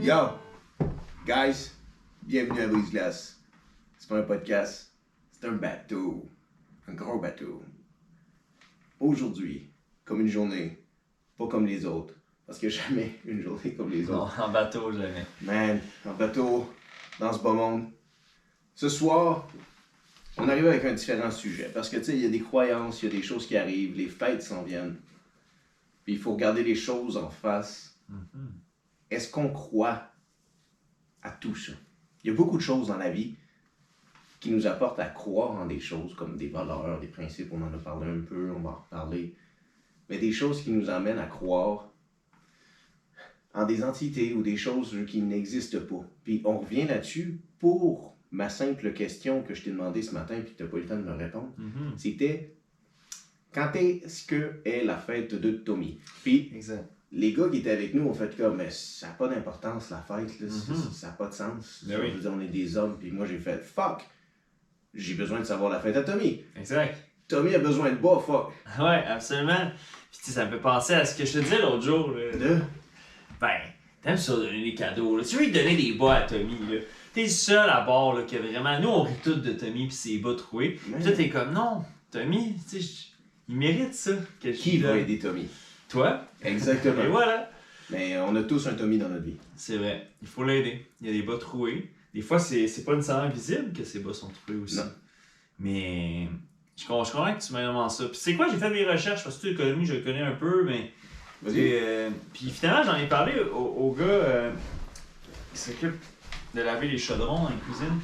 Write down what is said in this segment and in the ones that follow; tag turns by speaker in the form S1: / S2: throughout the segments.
S1: Yo, guys, bienvenue à Brise Glace. C'est pas un podcast, c'est un bateau. Un gros bateau. Aujourd'hui, comme une journée, pas comme les autres. Parce que jamais une journée comme les
S2: Non,
S1: autres.
S2: en bateau, jamais.
S1: Man, en bateau, dans ce beau monde. Ce soir, on arrive avec un différent sujet. Parce que, tu sais, il y a des croyances, il y a des choses qui arrivent, les fêtes s'en viennent. Puis il faut regarder les choses en face. Est-ce qu'on croit à tout ça? Il y a beaucoup de choses dans la vie qui nous apportent à croire en des choses comme des valeurs, des principes, on en a parlé un peu, on va en reparler. Mais des choses qui nous amènent à croire en des entités ou des choses qui n'existent pas. Puis on revient là-dessus pour ma simple question que je t'ai demandé ce matin puis tu n'as pas eu le temps de me répondre.
S2: Mhm.
S1: C'était quand est-ce que est la fête de Tommy? Puis
S2: Exact.
S1: les gars qui étaient avec nous ont fait comme mais ça n'a pas d'importance la fête, là, C'est-
S2: Mhm.
S1: c'est- ça n'a pas de sens.
S2: Ben
S1: Ça
S2: oui.
S1: veut dire, on est des hommes, puis moi j'ai fait fuck! J'ai besoin de savoir la fête à Tommy.
S2: Exact. Ah
S1: Tommy a besoin de bas, fuck.
S2: Ouais, absolument. Puis, tu sais, ça me fait penser à ce que je te disais l'autre jour. Là.
S1: De...
S2: Ben, t'aimes ça donner des cadeaux. Là. Tu veux lui donner des bas à Tommy. Là. T'es le seul à bord là, que vraiment. Nous, on rit tous de Tommy puis ses bas troués. Puis toi, t'es comme, non, Tommy, tu sais, je- il mérite ça. Que je
S1: Qui
S2: lui
S1: va
S2: donne.
S1: aider Tommy?
S2: Toi. Et
S1: Exactement.
S2: voilà.
S1: Mais on a tous un Tommy dans notre vie.
S2: C'est vrai, il faut l'aider. Il y a des bas troués. Des fois, c'est c'est pas nécessairement visible que ces bas sont troués aussi.
S1: Non.
S2: Mais je, com- je comprends que tu m'aimes vraiment ça. Puis c'est quoi, j'ai fait des recherches parce que l'économie, je le connais un peu, mais.
S1: Vas-y.
S2: Et, euh, puis finalement, j'en ai parlé au, au gars euh, qui s'occupe de laver les chaudrons dans la cuisine.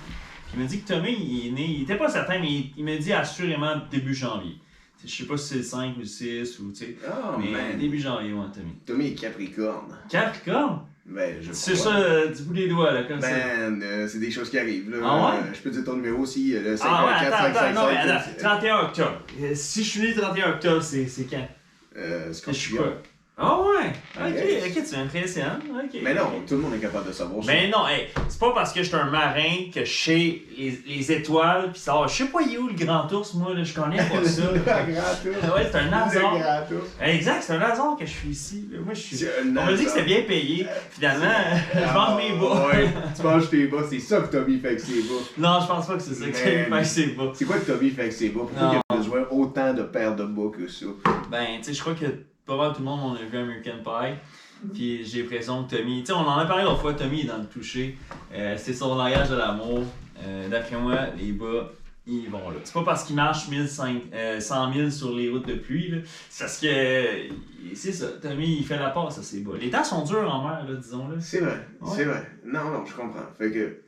S2: Puis il m'a dit que Tommy, il est né, il était pas certain, mais il, il m'a dit assurément début janvier. Je sais pas si c'est le 5 ou le 6 ou tu sais.
S1: Oh
S2: mais
S1: man.
S2: début janvier, ouais, Tommy.
S1: Tommy est Capricorne.
S2: Capricorne?
S1: Ben, je
S2: C'est
S1: crois.
S2: ça, euh, du bout des doigts, là, comme ça.
S1: Ben, euh, c'est des choses qui arrivent. Là.
S2: Ah ouais?
S1: Euh, je peux dire ton numéro aussi, euh, le 5
S2: Ah ouais,
S1: 4,
S2: attends,
S1: 5,
S2: attends,
S1: 5,
S2: non, mais
S1: 5,
S2: attends, 31 octobre. Euh, Si je suis né le 31 octobre, c'est c'est quand?
S1: euh,
S2: Je suis
S1: Scorpion.
S2: pas. Ah ouais! Ok,
S1: Yes.
S2: ok, tu m'impressionnes. Ok.
S1: Mais non, tout le monde est capable de savoir ça.
S2: Mais non, hey, c'est pas parce que je suis un marin que je sais les, les étoiles, pis ça, Ah, je sais pas il est où le grand ours, moi, là, je connais pas ça.
S1: Le grand tour.
S2: Ah ouais, c'est un
S1: Le
S2: hasard.
S1: grand tour.
S2: Hey, Exact, c'est un hasard que je suis ici. là. Moi, je suis.
S1: C'est un
S2: On m'a dit que
S1: hasard.
S2: c'était bien payé, finalement, je mange mes
S1: Ah,
S2: bas.
S1: ouais. tu manges tes bas, c'est ça que Tommy fait avec ses bas.
S2: Non, je pense pas que c'est ça que ça
S1: Mais-
S2: lui fait, c'est pas.
S1: C'est quoi que Tommy fait avec ses bas? Pourquoi
S2: Non.
S1: il a besoin autant de paires de bas que ça?
S2: Ben, tu sais, je crois que pas mal tout le monde on a vu American Pie. Puis j'ai l'impression que Tommy, tu sais, on en a parlé l'autre fois, Tommy est dans le toucher. Euh, c'est son langage de l'amour. Euh, D'après moi, les bas, ils vont là. C'est pas parce qu'il marche 1500, euh, 100 000 sur les routes de pluie, là. C'est parce que. euh, il- C'est ça, Tommy, il fait la passe à ses bas. Les temps sont durs en mer, là, disons, là.
S1: C'est vrai,
S2: Ouais.
S1: c'est vrai. Non, non, je comprends. Fait que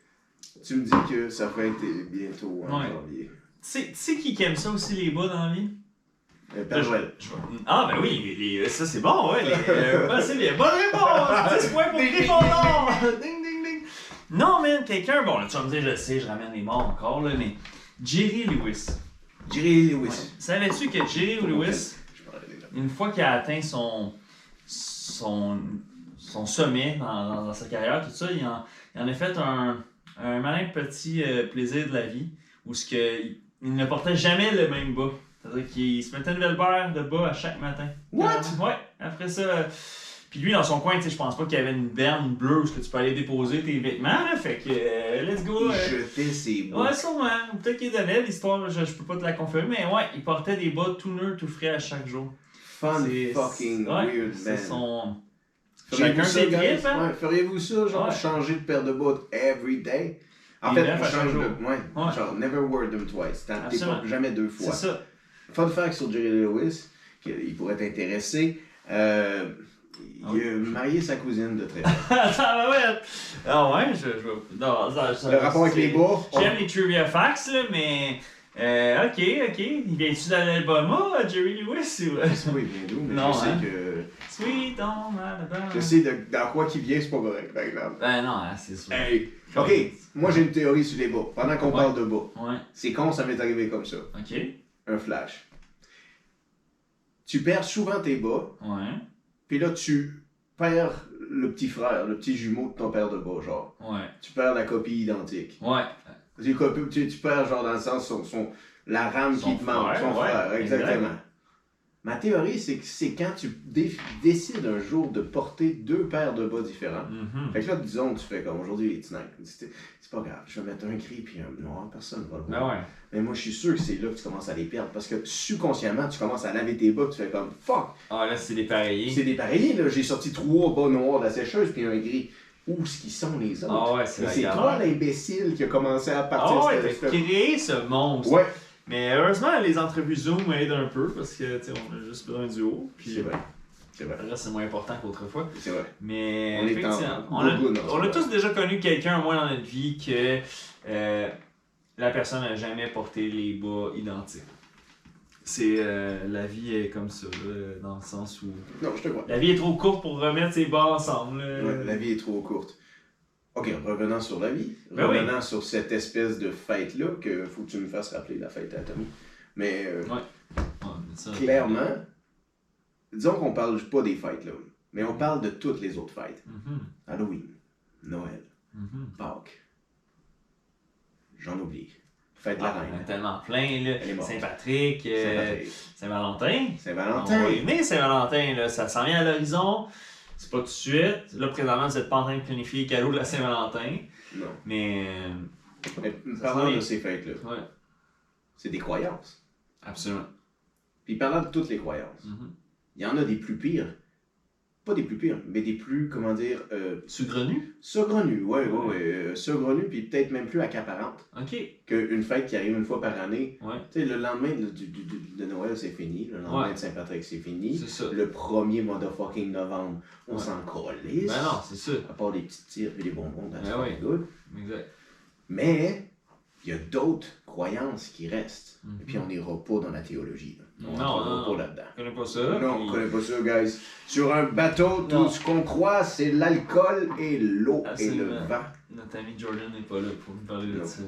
S1: tu me dis que ça ferait être bientôt en
S2: Ouais.
S1: janvier.
S2: Tu sais- tu sais qui qui aime ça aussi, les bas dans la vie?
S1: Euh, Père
S2: Je-
S1: Noël.
S2: je vois- Ah, ben oui, les- les- ça c'est bon, ouais. Les, euh, bah, c'est bien. Bonne réponse! 10 points pour
S1: Ding, ding,
S2: Gryffondor! Ding, ding, ding! Non, man, quelqu'un, bon, là, tu vas me dire, je sais, je ramène les morts encore, là, mais Jerry Lewis.
S1: Jerry Lewis.
S2: Savais-tu que Jerry Lewis,
S1: Je parlais déjà.
S2: une fois qu'il a atteint son, son, son sommet dans, dans- dans sa carrière, tout ça, il en, il en a fait un, un malin petit euh, plaisir de la vie, où ce que, il, il ne portait jamais le même bas. C'est-à-dire qu'il se mettait une nouvelle paire de bas à chaque matin.
S1: What?
S2: Ouais, après ça. euh, Puis lui, dans son coin, tu sais, je pense pas qu'il y avait une berne bleue où est-ce que tu peux aller déposer tes vêtements, là. Fait que, euh, let's go.
S1: Il
S2: euh,
S1: jetait ses bas.
S2: Ouais, sûrement. Ou peut-être qu'il donnait l'histoire, je, je peux pas te la confirmer, mais ouais, il portait des bas tout neufs, tout frais à chaque jour.
S1: Fun
S2: C'est-
S1: fucking
S2: c'est- ouais,
S1: weird
S2: c'est
S1: man.
S2: son-
S1: Feriez-vous
S2: Chacun
S1: ça,
S2: ses
S1: guys?
S2: griffes, hein?
S1: Ouais, Feriez-vous ça, genre
S2: Ouais.
S1: changer de paire de bas every day? En
S2: Il
S1: fait,
S2: lève
S1: on
S2: à chaque
S1: change de.
S2: jour.
S1: Ouais,
S2: Ouais.
S1: Genre, never wear them twice. T'en- T'es
S2: Absolument.
S1: pas jamais deux fois.
S2: C'est ça.
S1: Fun fact sur Jerry Lewis, qu'il pourrait t'intéresser. euh, il
S2: Ah oui.
S1: a marié sa cousine de très
S2: Attends, ben ouais. Ah ouais, je. je- non, ça- ça-
S1: Le rapport avec
S2: c'est-
S1: les bas. on-
S2: J'aime les trivia facts, là, mais. euh, ok, ok. Il vient-tu de l'Alabama, Jerry Lewis? ou-
S1: Oui, bien d'où, mais
S2: Non,
S1: je sais
S2: hein.
S1: que.
S2: Sweet home Alabama.
S1: Je sais de- dans quoi qu'il vient, c'est pas correct, par exemple.
S2: Ben non, hein, c'est sûr.
S1: Hey! Ok, moi j'ai une théorie sur les bas. Pendant qu'on
S2: Ouais.
S1: parle de bas,
S2: Ouais,
S1: c'est con, ça m'est arrivé comme ça.
S2: ok.
S1: un flash. Tu perds souvent tes bas,
S2: Ouais,
S1: puis là, tu perds le petit frère, le petit jumeau de ton père de bas, genre.
S2: ouais,
S1: Tu perds la copie identique.
S2: ouais.
S1: Tu, copies- tu, tu perds, genre, dans le sens, son, son- la rame
S2: Son
S1: qui te manque,
S2: frère,
S1: son
S2: ouais,
S1: frère, exactement. Ma théorie, c'est que c'est quand tu dé- décides un jour de porter deux paires de bas différents.
S2: Mhm.
S1: Fait que là, disons, tu fais comme aujourd'hui les tinacs. C'est c'est pas grave, je vais mettre un gris puis un noir, personne va le voir.
S2: Ben ouais.
S1: Mais moi, je suis sûr que c'est là que tu commences à les perdre parce que subconsciemment, tu commences à laver tes bas puis tu fais comme fuck,
S2: Ah là, c'est dépareillé.
S1: c'est dépareillé là. J'ai sorti trois bas noirs de la sécheuse puis un gris. Où ce qu'ils sont les autres?
S2: Ah ouais, c'est
S1: Mais
S2: la
S1: c'est
S2: galère.
S1: toi l'imbécile qui a commencé à partir
S2: Ah
S1: de
S2: ouais,
S1: cette-
S2: t'as
S1: cette-
S2: créé ce monstre.
S1: Ouais,
S2: Mais heureusement, les entrevues Zoom aident un peu parce que, tu sais, on a juste besoin du haut. Puis
S1: c'est vrai. C'est vrai.
S2: le reste, c'est moins important qu'autrefois.
S1: C'est vrai.
S2: Mais
S1: On est
S2: effectivement,
S1: en
S2: on a,
S1: gogoon, en
S2: on a
S1: ce moment.
S2: tous déjà connu quelqu'un, au moins dans notre vie, que euh, la personne n'a jamais porté les bas identiques. C'est euh, la vie est comme ça, là, dans le sens où
S1: Non, je te crois.
S2: la vie est trop courte pour remettre ses bas ensemble. là.
S1: Ouais, la vie est trop courte. Ok, revenant sur la vie,
S2: Ben oui.
S1: revenant sur cette espèce de fête-là, que faut que tu me fasses rappeler la fête à Tommy. Mais euh,
S2: Ouais, mais ça-
S1: clairement, disons qu'on parle pas des fêtes là, mais on parle de toutes les autres fêtes.
S2: Mhm,
S1: Halloween, Noël,
S2: mhm.
S1: Pâques, j'en oublie. Fête de la
S2: Ah, on est
S1: Reine,
S2: tellement plein,
S1: Elle est
S2: là.
S1: morte.
S2: Saint-Patrick, euh,
S1: Saint-Patrick,
S2: Saint-Valentin. On
S1: Saint-Valentin.
S2: va y venir, Saint-Valentin, là. Ça s'en vient à l'horizon. C'est pas tout de suite. Là, présentement, vous êtes pas en train de planifier les cadeaux de la Saint-Valentin.
S1: Non.
S2: Mais. euh,
S1: Mais
S2: Ça
S1: parlant
S2: sonne-
S1: de ces fêtes-là,
S2: Ouais,
S1: c'est des croyances.
S2: absolument.
S1: Puis parlant de toutes les croyances,
S2: Mhm.
S1: il y en a des plus pires. Pas des plus pires, mais des plus, comment dire, euh,
S2: Saugrenu?
S1: saugrenues, ouais, ouais, ouais, euh, saugrenues, puis peut-être même plus accaparantes
S2: Ok. Ouais.
S1: qu'une fête qui arrive une fois par année.
S2: Ouais.
S1: Tu sais, le lendemain de, du- du- du- de Noël, c'est fini. Le lendemain
S2: Ouais.
S1: de Saint-Patrick, c'est fini.
S2: C'est ça.
S1: Le premier motherfucking novembre, on
S2: Ouais.
S1: s'en colisse.
S2: Ben non, c'est ça.
S1: À part des petites tires et des bonbons dans
S2: Ben
S1: le
S2: oui.
S1: frigo.
S2: Exact.
S1: Mais il y a d'autres croyances qui restent.
S2: Mhm.
S1: Et puis on n'ira pas dans la théologie. là. On
S2: Non,
S1: rentrera
S2: non,
S1: pas
S2: non.
S1: là-dedans.
S2: Je connais pas ça.
S1: Non, on
S2: puis-
S1: connaît pas ça, guys. Sur un bateau, tout
S2: Non.
S1: ce qu'on croit, c'est l'alcool et l'eau et le
S2: Absolument.
S1: vent.
S2: Notre ami Jordan n'est pas là pour nous parler de
S1: Non.
S2: ça.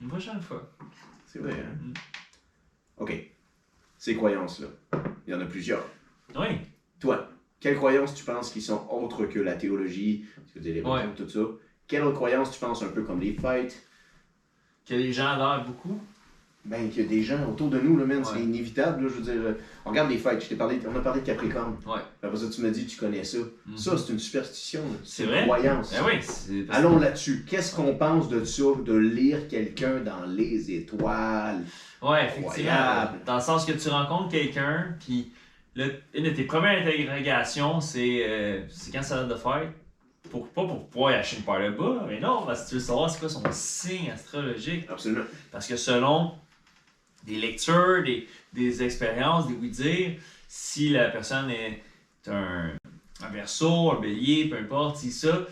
S2: Une prochaine fois.
S1: C'est vrai, hein?
S2: Mm.
S1: OK. Ces croyances-là, il y en a plusieurs.
S2: Oui.
S1: Toi, quelles croyances tu penses qui sont autres que la théologie, ce que tu dis, les
S2: Ouais.
S1: religions, tout ça? Quelles autres croyances tu penses un peu comme les fêtes?
S2: Que les gens adorent beaucoup.
S1: Ben, qu'il y a des gens autour de nous, là, man, c'est
S2: Ouais.
S1: inévitable, là, je veux dire. euh, Regarde les fêtes, je t'ai parlé, on a parlé de Capricorne.
S2: Ouais.
S1: Après ça, tu m'as dit, tu connais ça.
S2: Mhm.
S1: Ça, c'est une superstition, là.
S2: C'est
S1: une
S2: vrai?
S1: croyance.
S2: Ben oui, c'est. parce que-
S1: Allons là-dessus. Qu'est-ce qu'on pense de ça, de lire quelqu'un dans les étoiles?
S2: Ouais, effectivement.
S1: Incroyable.
S2: Dans le sens que tu rencontres quelqu'un, puis là, une de tes premières interrogations, c'est euh, c'est quand ça date de fête. Pour, pas pour pouvoir y acheter une paire de bas, mais non, parce que tu veux savoir c'est quoi son signe astrologique.
S1: Absolument.
S2: Parce que selon des lectures, des, des expériences, des oui-dire, si la personne est un, un verso, un bélier, peu importe, si ça,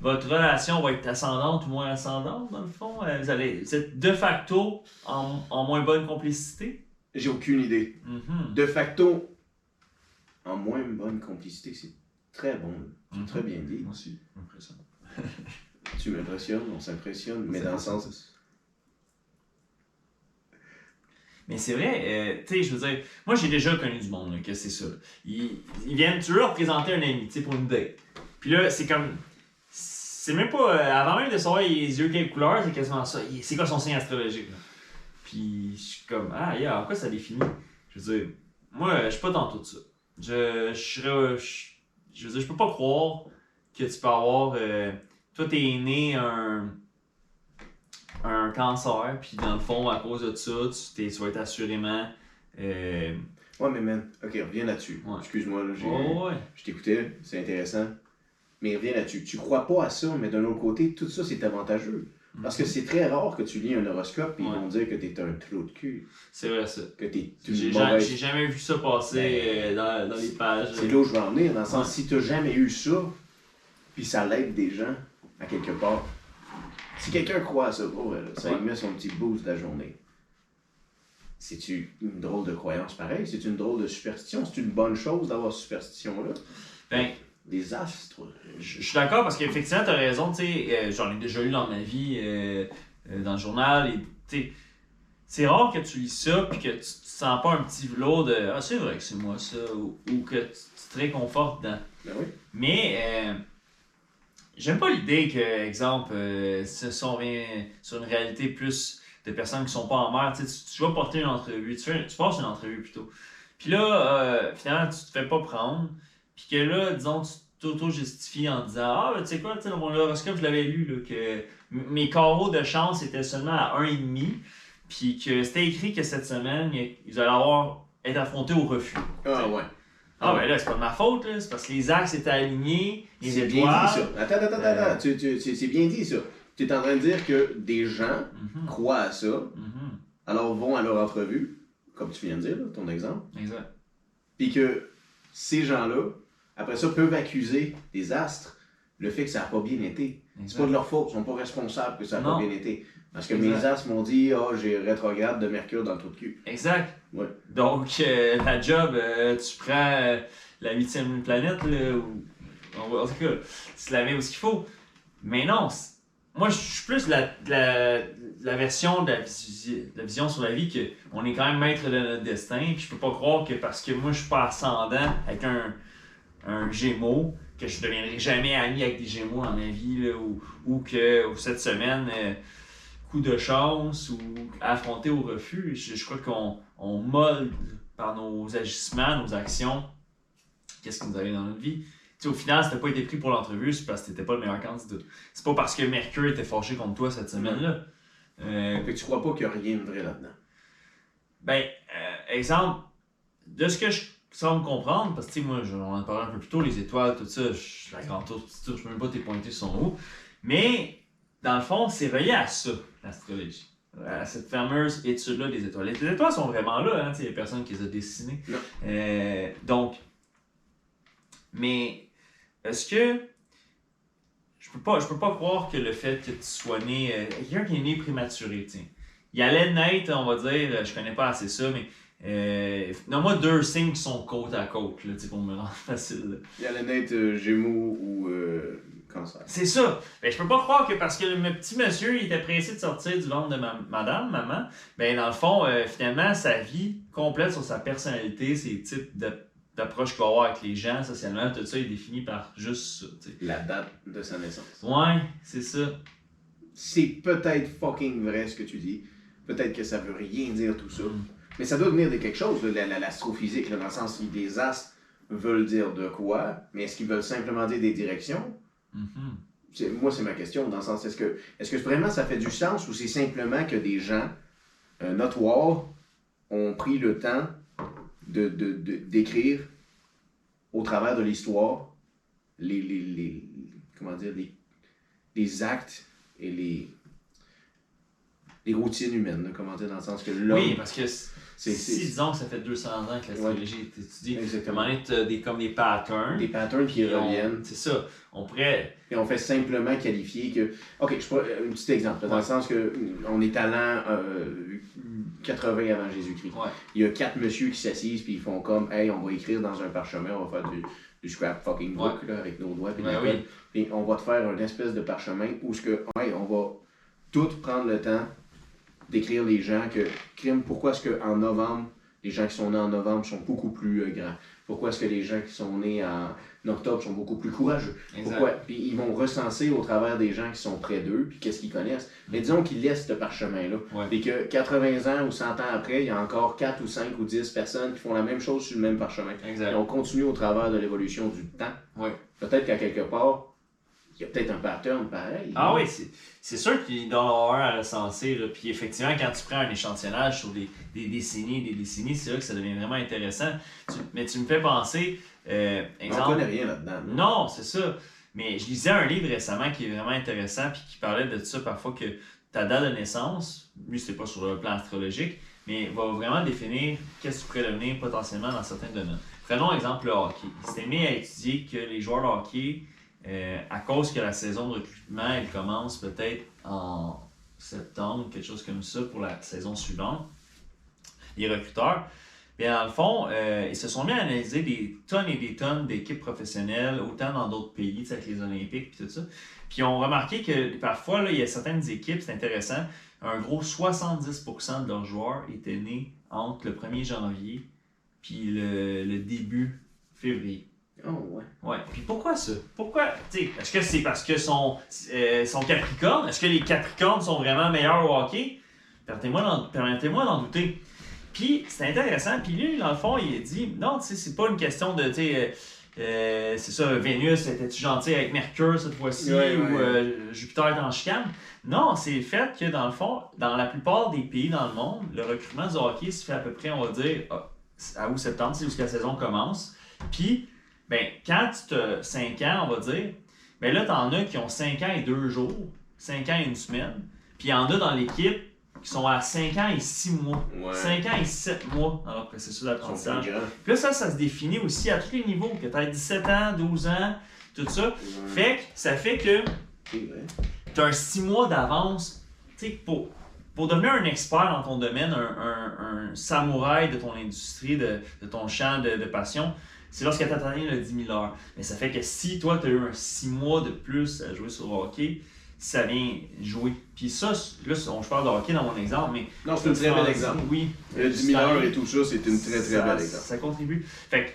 S2: votre relation va être ascendante ou moins ascendante, dans le fond. Euh, Vous, allez, vous êtes de facto en, en moins bonne complicité.
S1: J'ai aucune idée.
S2: Mhm.
S1: De facto, en moins bonne complicité, c'est très bon.
S2: Mhm.
S1: Très bien dit.
S2: Moi aussi, impressionnant.
S1: Tu m'impressionnes, on s'impressionne, mais
S2: C'est
S1: dans le
S2: vrai.
S1: sens.
S2: Mais c'est vrai, euh, tu sais, je veux dire, moi j'ai déjà connu du monde, là, que c'est ça. Ils, ils viennent, tu veux leur présenter un ami, tu sais, pour une date. Puis là, c'est comme. C'est même pas. euh, avant même de savoir les yeux quelle couleur, c'est quasiment ça. Il- C'est quoi son signe astrologique, là? Puis je suis comme, ah, yeah, en quoi ça définit? Je veux dire, moi, euh, je suis pas dans tout ça. Je, je serais. Je, je veux dire, je peux pas croire que tu peux avoir. euh, toi, t'es né un. un cancer, puis dans le fond, à cause de ça, tu, t'es, tu vas être assurément. Euh,
S1: Ouais, mais man, ok, reviens là-dessus.
S2: Ouais. Oh.
S1: Excuse-moi, là, j'ai-
S2: ouais, ouais.
S1: je t'écoutais, c'est intéressant. Mais reviens là-dessus. Tu crois pas à ça, mais d'un autre côté, tout ça, c'est avantageux. Parce que c'est très rare que tu lis un horoscope et ils
S2: Mhm. Ouais.
S1: vont dire que t'es un trou de cul,
S2: C'est vrai, ça.
S1: que t'es
S2: J'ai
S1: une
S2: ja-
S1: mauvaise Ben,
S2: j'ai jamais vu ça passer euh, dans, dans les pages.
S1: C'est là où je veux en venir, dans le sens, si t'as jamais eu ça, puis ça l'aide des gens, à quelque part. Si quelqu'un croit à ça, pour vrai, là, ça lui met son petit boost de la journée. C'est-tu une drôle de croyance pareil? C'est une drôle de superstition? C'est une bonne chose d'avoir cette superstition-là?
S2: Ben,
S1: Les astres.
S2: je je suis d'accord parce qu'effectivement, t'as raison, tu sais, euh, j'en ai déjà eu dans ma vie, euh, euh, dans le journal, et tu sais, c'est rare que tu lis ça puis que tu te sens pas un petit velours de Ah, c'est vrai que c'est moi ça, ou, ou que tu, tu te réconfortes dans.
S1: Ben oui.
S2: Mais euh, j'aime pas l'idée que, exemple, euh, si si on vient sur une réalité plus de personnes qui sont pas en mer, tu, sais, tu tu vas porter une entrevue, tu, fais- tu passes une entrevue plutôt. Puis là, euh, finalement, tu te fais pas prendre. Puis que là, disons, tu t'auto-justifies en disant Ah, ben, tu sais quoi, tu sais, dans mon horoscope, je l'avais lu, là, que m- mes carreaux de chance étaient seulement à 1,5. Puis que c'était écrit que cette semaine, ils allaient avoir, être affrontés au refus.
S1: Ah ouais.
S2: Ah, ben là, c'est pas de ma faute, là. C'est parce que les axes étaient alignés, les
S1: C'est bien dit ça.
S2: étoiles.
S1: Attends, attends, attends,
S2: Euh.
S1: attends. Tu- tu- c'est- C'est bien dit ça. Tu es en train de dire que des gens
S2: Mhm,
S1: croient à ça,
S2: mhm,
S1: alors vont à leur entrevue, comme tu viens de dire, là, ton exemple,
S2: Exact.
S1: puis que ces gens-là, après ça, peuvent accuser des astres le fait que ça n'a pas bien été. C'est
S2: exact.
S1: pas de leur faute, ils sont pas responsables que ça n'a pas
S2: Non.
S1: bien été. Parce que
S2: Exact.
S1: mes astres m'ont dit, ah, j'ai rétrograde de Mercure dans le trou de cul.
S2: Exact.
S1: Ouais.
S2: Donc, euh, la job, euh, tu prends euh, la huitième planète, là, ou... en- En tout cas, tu la mets où ce qu'il faut. Mais non, c'est- moi, je suis plus de la, de la, de la version de la, visi- de la vision sur la vie que on est quand même maître de notre destin. Puis je peux pas croire que parce que moi, je suis pas ascendant avec un, un gémeau, que je deviendrai jamais ami avec des gémeaux dans ma vie, là, ou, ou que ou cette semaine... euh, coup de chance ou affronter au refus. Je, je crois qu'on on molde par nos agissements, nos actions, qu'est-ce qui nous arrive dans notre vie. Tu sais, au final, si t'as pas été pris pour l'entrevue, c'est parce que t'étais pas le meilleur candidat. C'est pas parce que Mercure était fâché contre toi cette semaine-là. Euh,
S1: Fait que tu crois pas qu'il n'y a rien de vrai là-dedans.
S2: ben, euh, exemple, de ce que je semble comprendre, parce que tu sais, moi, je- on en parlait un peu plus tôt, les étoiles, tout ça, je- la grande tour, petite tour, je sais même pas tes pointés sont où. Mais, dans le fond, c'est relié à ça, l'astrologie. À cette fameuse étude-là des étoiles. Les étoiles sont vraiment là, hein, tu sais, il y a personne qui les a dessinées.
S1: Non.
S2: Euh, donc, mais est-ce que. Je peux, pas, je peux pas croire que le fait que tu sois né. euh, quelqu'un qui est né prématuré, tiens. Il allait naître, on va dire, euh, je connais pas assez ça, mais. Euh, moi deux signes qui sont côte à côte, là, tu sais, pour me rendre facile. là.
S1: Il y a la nette euh, Gémeaux ou euh, Cancer.
S2: C'est ça. Ben, je peux pas croire que parce que le me- petit monsieur, il était pressé de sortir du ventre de ma- madame, maman, ben, dans le fond, euh, finalement, sa vie complète sur sa personnalité, ses types de- d'approches qu'il va avoir avec les gens, socialement, tout ça est défini par juste ça, tu sais.
S1: La date de sa naissance.
S2: Ouais, c'est ça.
S1: C'est peut-être fucking vrai ce que tu dis. Peut-être que ça veut rien dire tout ça.
S2: Mm.
S1: Mais ça doit venir de quelque chose, là, la- la- l'astrophysique, là, dans le sens où des astres veulent dire de quoi, mais est-ce qu'ils veulent simplement dire des directions?
S2: Mhm.
S1: C'est- moi, c'est ma question, dans le sens, est-ce que, est que vraiment ça fait du sens ou c'est simplement que des gens euh, notoires ont pris le temps d'écrire de, de, d'écrire au travers de l'histoire les, les, les- comment dire, les, les actes et les, les routines humaines, là, comment dire, dans le sens que l'homme...
S2: Oui, parce que c-
S1: c'est-
S2: si,
S1: c'est
S2: disons que ça fait 200 ans que l'astrologie est étudiée, à un
S1: exactement
S2: moment donné, t'as des, comme des patterns.
S1: des patterns qui
S2: puis on-
S1: reviennent.
S2: C'est ça. On pourrait.
S1: Et on fait simplement qualifier que. OK, je prends euh, un petit exemple, dans le sens que euh, on est allant euh, 80 avant Jésus-Christ.
S2: Ouais.
S1: Il y a quatre messieurs qui s'assisent puis ils font comme Hey, on va écrire dans un parchemin, on va faire du, du scrap fucking book là, avec nos doigts puis
S2: Ben
S1: la
S2: oui.
S1: colle. Puis on va te faire une espèce de parchemin où ce que hey, on va tout prendre le temps d'écrire les gens que crime, pourquoi est-ce qu'en novembre, les gens qui sont nés en novembre sont beaucoup plus euh, grands? Pourquoi est-ce que les gens qui sont nés en octobre sont beaucoup plus courageux? Pourquoi? Puis ils vont recenser au travers des gens qui sont près d'eux, puis qu'est-ce qu'ils connaissent. Mais disons qu'ils laissent ce parchemin-là.
S2: Ouais.
S1: Et que 80 ans ou 100 ans après, il y a encore 4 ou 5 ou 10 personnes qui font la même chose sur le même parchemin. Et
S2: Exact.
S1: on continue au travers de l'évolution du temps.
S2: Ouais.
S1: Peut-être qu'à quelque part, il y a peut-être un pattern pareil.
S2: Ah oui, c'est- c'est sûr qu'il doit en avoir un à recenser. là. Puis effectivement, quand tu prends un échantillonnage sur des, des décennies des décennies, c'est là que ça devient vraiment intéressant. Tu- mais tu me fais penser, euh,
S1: On
S2: exemple,
S1: connaît rien là-dedans. là.
S2: non, c'est ça. Mais je lisais un livre récemment qui est vraiment intéressant puis qui parlait de ça parfois que ta date de naissance, lui c'était pas sur le plan astrologique, mais va vraiment définir qu'est-ce que tu pourrais devenir potentiellement dans certains domaines. Prenons exemple le hockey. C'était mis à étudier que les joueurs de hockey, euh, à cause que la saison de recrutement elle commence peut-être en septembre, quelque chose comme ça pour la saison suivante, les recruteurs, Bien, dans le fond, euh, ils se sont mis à analyser des tonnes et des tonnes d'équipes professionnelles, autant dans d'autres pays, tu sais, avec les Olympiques et tout ça. Puis ils ont remarqué que parfois, là, il y a certaines équipes, c'est intéressant, un gros 70% de leurs joueurs étaient nés entre le 1er janvier puis le, le début février.
S1: Oh, ouais.
S2: Ah Ouais. Puis pourquoi ça? Pourquoi? Tu sais, est-ce que c'est parce que son, euh, son Capricorne? Est-ce que les Capricornes sont vraiment meilleurs au hockey? Permettez-moi d'en, permettez-moi d'en douter. Puis c'est intéressant. Puis lui, dans le fond, il a dit non, tu sais, c'est pas une question de, tu sais, euh, euh, c'est ça, Vénus, était-tu gentil avec Mercure cette fois-ci
S1: Ouais, ouais.
S2: ou euh, Jupiter est en chicane? Non, c'est le fait que dans le fond, dans la plupart des pays dans le monde, le recrutement du hockey se fait à peu près, on va dire, ah, à août-septembre, c'est où la saison commence. Puis, ben, quand tu as 5 ans, on va dire, ben là, t'en as qui ont 5 ans et 2 jours, 5 ans et une semaine, puis il y en a dans l'équipe qui sont à 5 ans et 6 mois.
S1: Ouais.
S2: 5 ans et 7 mois dans leur processus
S1: Ils sont plus
S2: d'apprentissage.
S1: grands.
S2: Puis là, ça, ça se définit aussi à tous les niveaux, que t'as 17 ans, 12 ans, tout ça.
S1: Ouais,
S2: Fait que ça fait que
S1: c'est vrai.
S2: t'as un 6 mois d'avance, tu sais, pour, pour devenir un expert dans ton domaine, un, un- un samouraï de ton industrie, de, de ton champ de, de passion, c'est lorsque t'as atteint le 10 000 heures. Mais ça fait que si toi, t'as eu un 6 mois de plus à jouer sur le hockey, ça vient jouer. Puis ça, c'est- là, on, je parle de hockey dans mon exemple, mais...
S1: Non, c'est un très bel exemple.
S2: Oui.
S1: Le 10 000 heures et tout ça, c'est une très très
S2: Ça-
S1: belle exemple.
S2: Ça contribue. Fait que,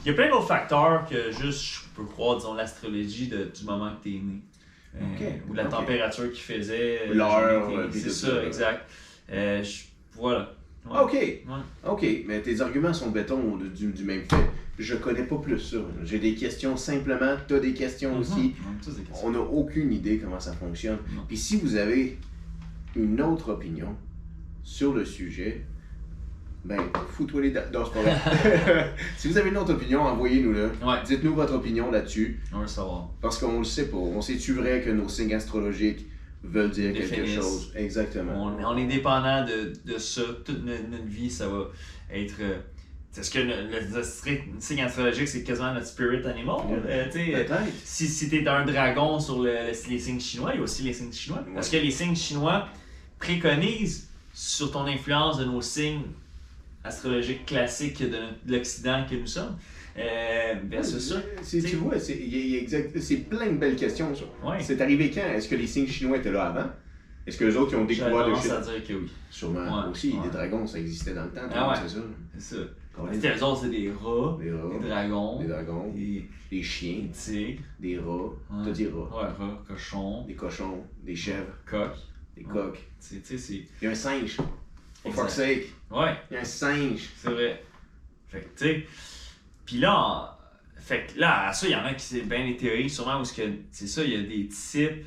S2: il y a plein d'autres facteurs que juste, je peux croire, disons, l'astrologie de- du moment que t'es né. Euh,
S1: Ok,
S2: Ou la
S1: ok.
S2: température qu'il faisait. euh,
S1: L'heure,
S2: la journée que t'es
S1: euh,
S2: né.
S1: puis
S2: C'est
S1: tout
S2: ça,
S1: ça, ouais.
S2: exact. Euh, je- voilà. Ouais.
S1: Ah, ok,
S2: Ouais.
S1: ok, mais tes arguments sont béton du, du- du même fait. Je connais pas plus ça. J'ai des questions simplement, t'as des questions aussi.
S2: Mhm. Ouais, ça, c'est des questions.
S1: On n'a aucune idée comment ça fonctionne.
S2: Non.
S1: Puis si vous avez une autre opinion sur le sujet, ben, fous-toi les dents. Non, c'est pas vrai. si vous avez une autre opinion, envoyez-nous-le.
S2: Ouais,
S1: Dites-nous votre opinion là-dessus,
S2: on veut savoir.
S1: parce qu'on le sait pas. On sait-tu vrai que nos signes astrologiques veulent dire quelque
S2: Définissent.
S1: chose? Exactement.
S2: On, on est dépendant de, de ça. Toute no- notre, vie, ça va être. euh, c'est ce que le, le- le signe astrologique, c'est quasiment notre spirit animal. euh, tu sais, euh,
S1: Peut-être.
S2: Si, si t'es un dragon sur le, le- les signes chinois, il y a aussi les signes chinois.
S1: Ouais.
S2: Parce que les signes chinois préconisent sur ton influence de nos signes astrologiques classiques de, notre- de l'Occident que nous sommes. Euh, versus ça.
S1: C'est-
S2: T'sais-
S1: Tu vois, c'est il y a- il y a exact- c'est plein de belles questions, ça.
S2: Ouais.
S1: C'est arrivé quand? Est-ce que les signes chinois étaient là avant? Est-ce que les autres qui ont
S2: J'aurais
S1: découvert le
S2: tendance
S1: shit?
S2: à dire que oui.
S1: Sûrement
S2: Ouais,
S1: aussi,
S2: ouais.
S1: des dragons, ça existait dans le temps,
S2: Ah ouais.
S1: c'est ça.
S2: C'est ça.
S1: Quand même,
S2: Parce que les autres, c'est des rats,
S1: Des
S2: des
S1: rats,
S2: dragons,
S1: des dragons,
S2: des,
S1: des
S2: des
S1: chiens,
S2: tigres,
S1: des rats,
S2: Ouais.
S1: t'as dit rats,
S2: ouais, rats, cochons,
S1: des cochons, des chèvres,
S2: coqs.
S1: des
S2: Ouais.
S1: coqs.
S2: Tu sais, tu sais, c'est.
S1: Il y a un singe, for fuck's
S2: Exact.
S1: sake,
S2: Ouais.
S1: il y a un singe.
S2: C'est vrai. Fait que, tu sais. Puis là, en- fait que là, à ça, il y en a qui c'est bien les théories, sûrement, où ce que, c'est ça, il y a des types.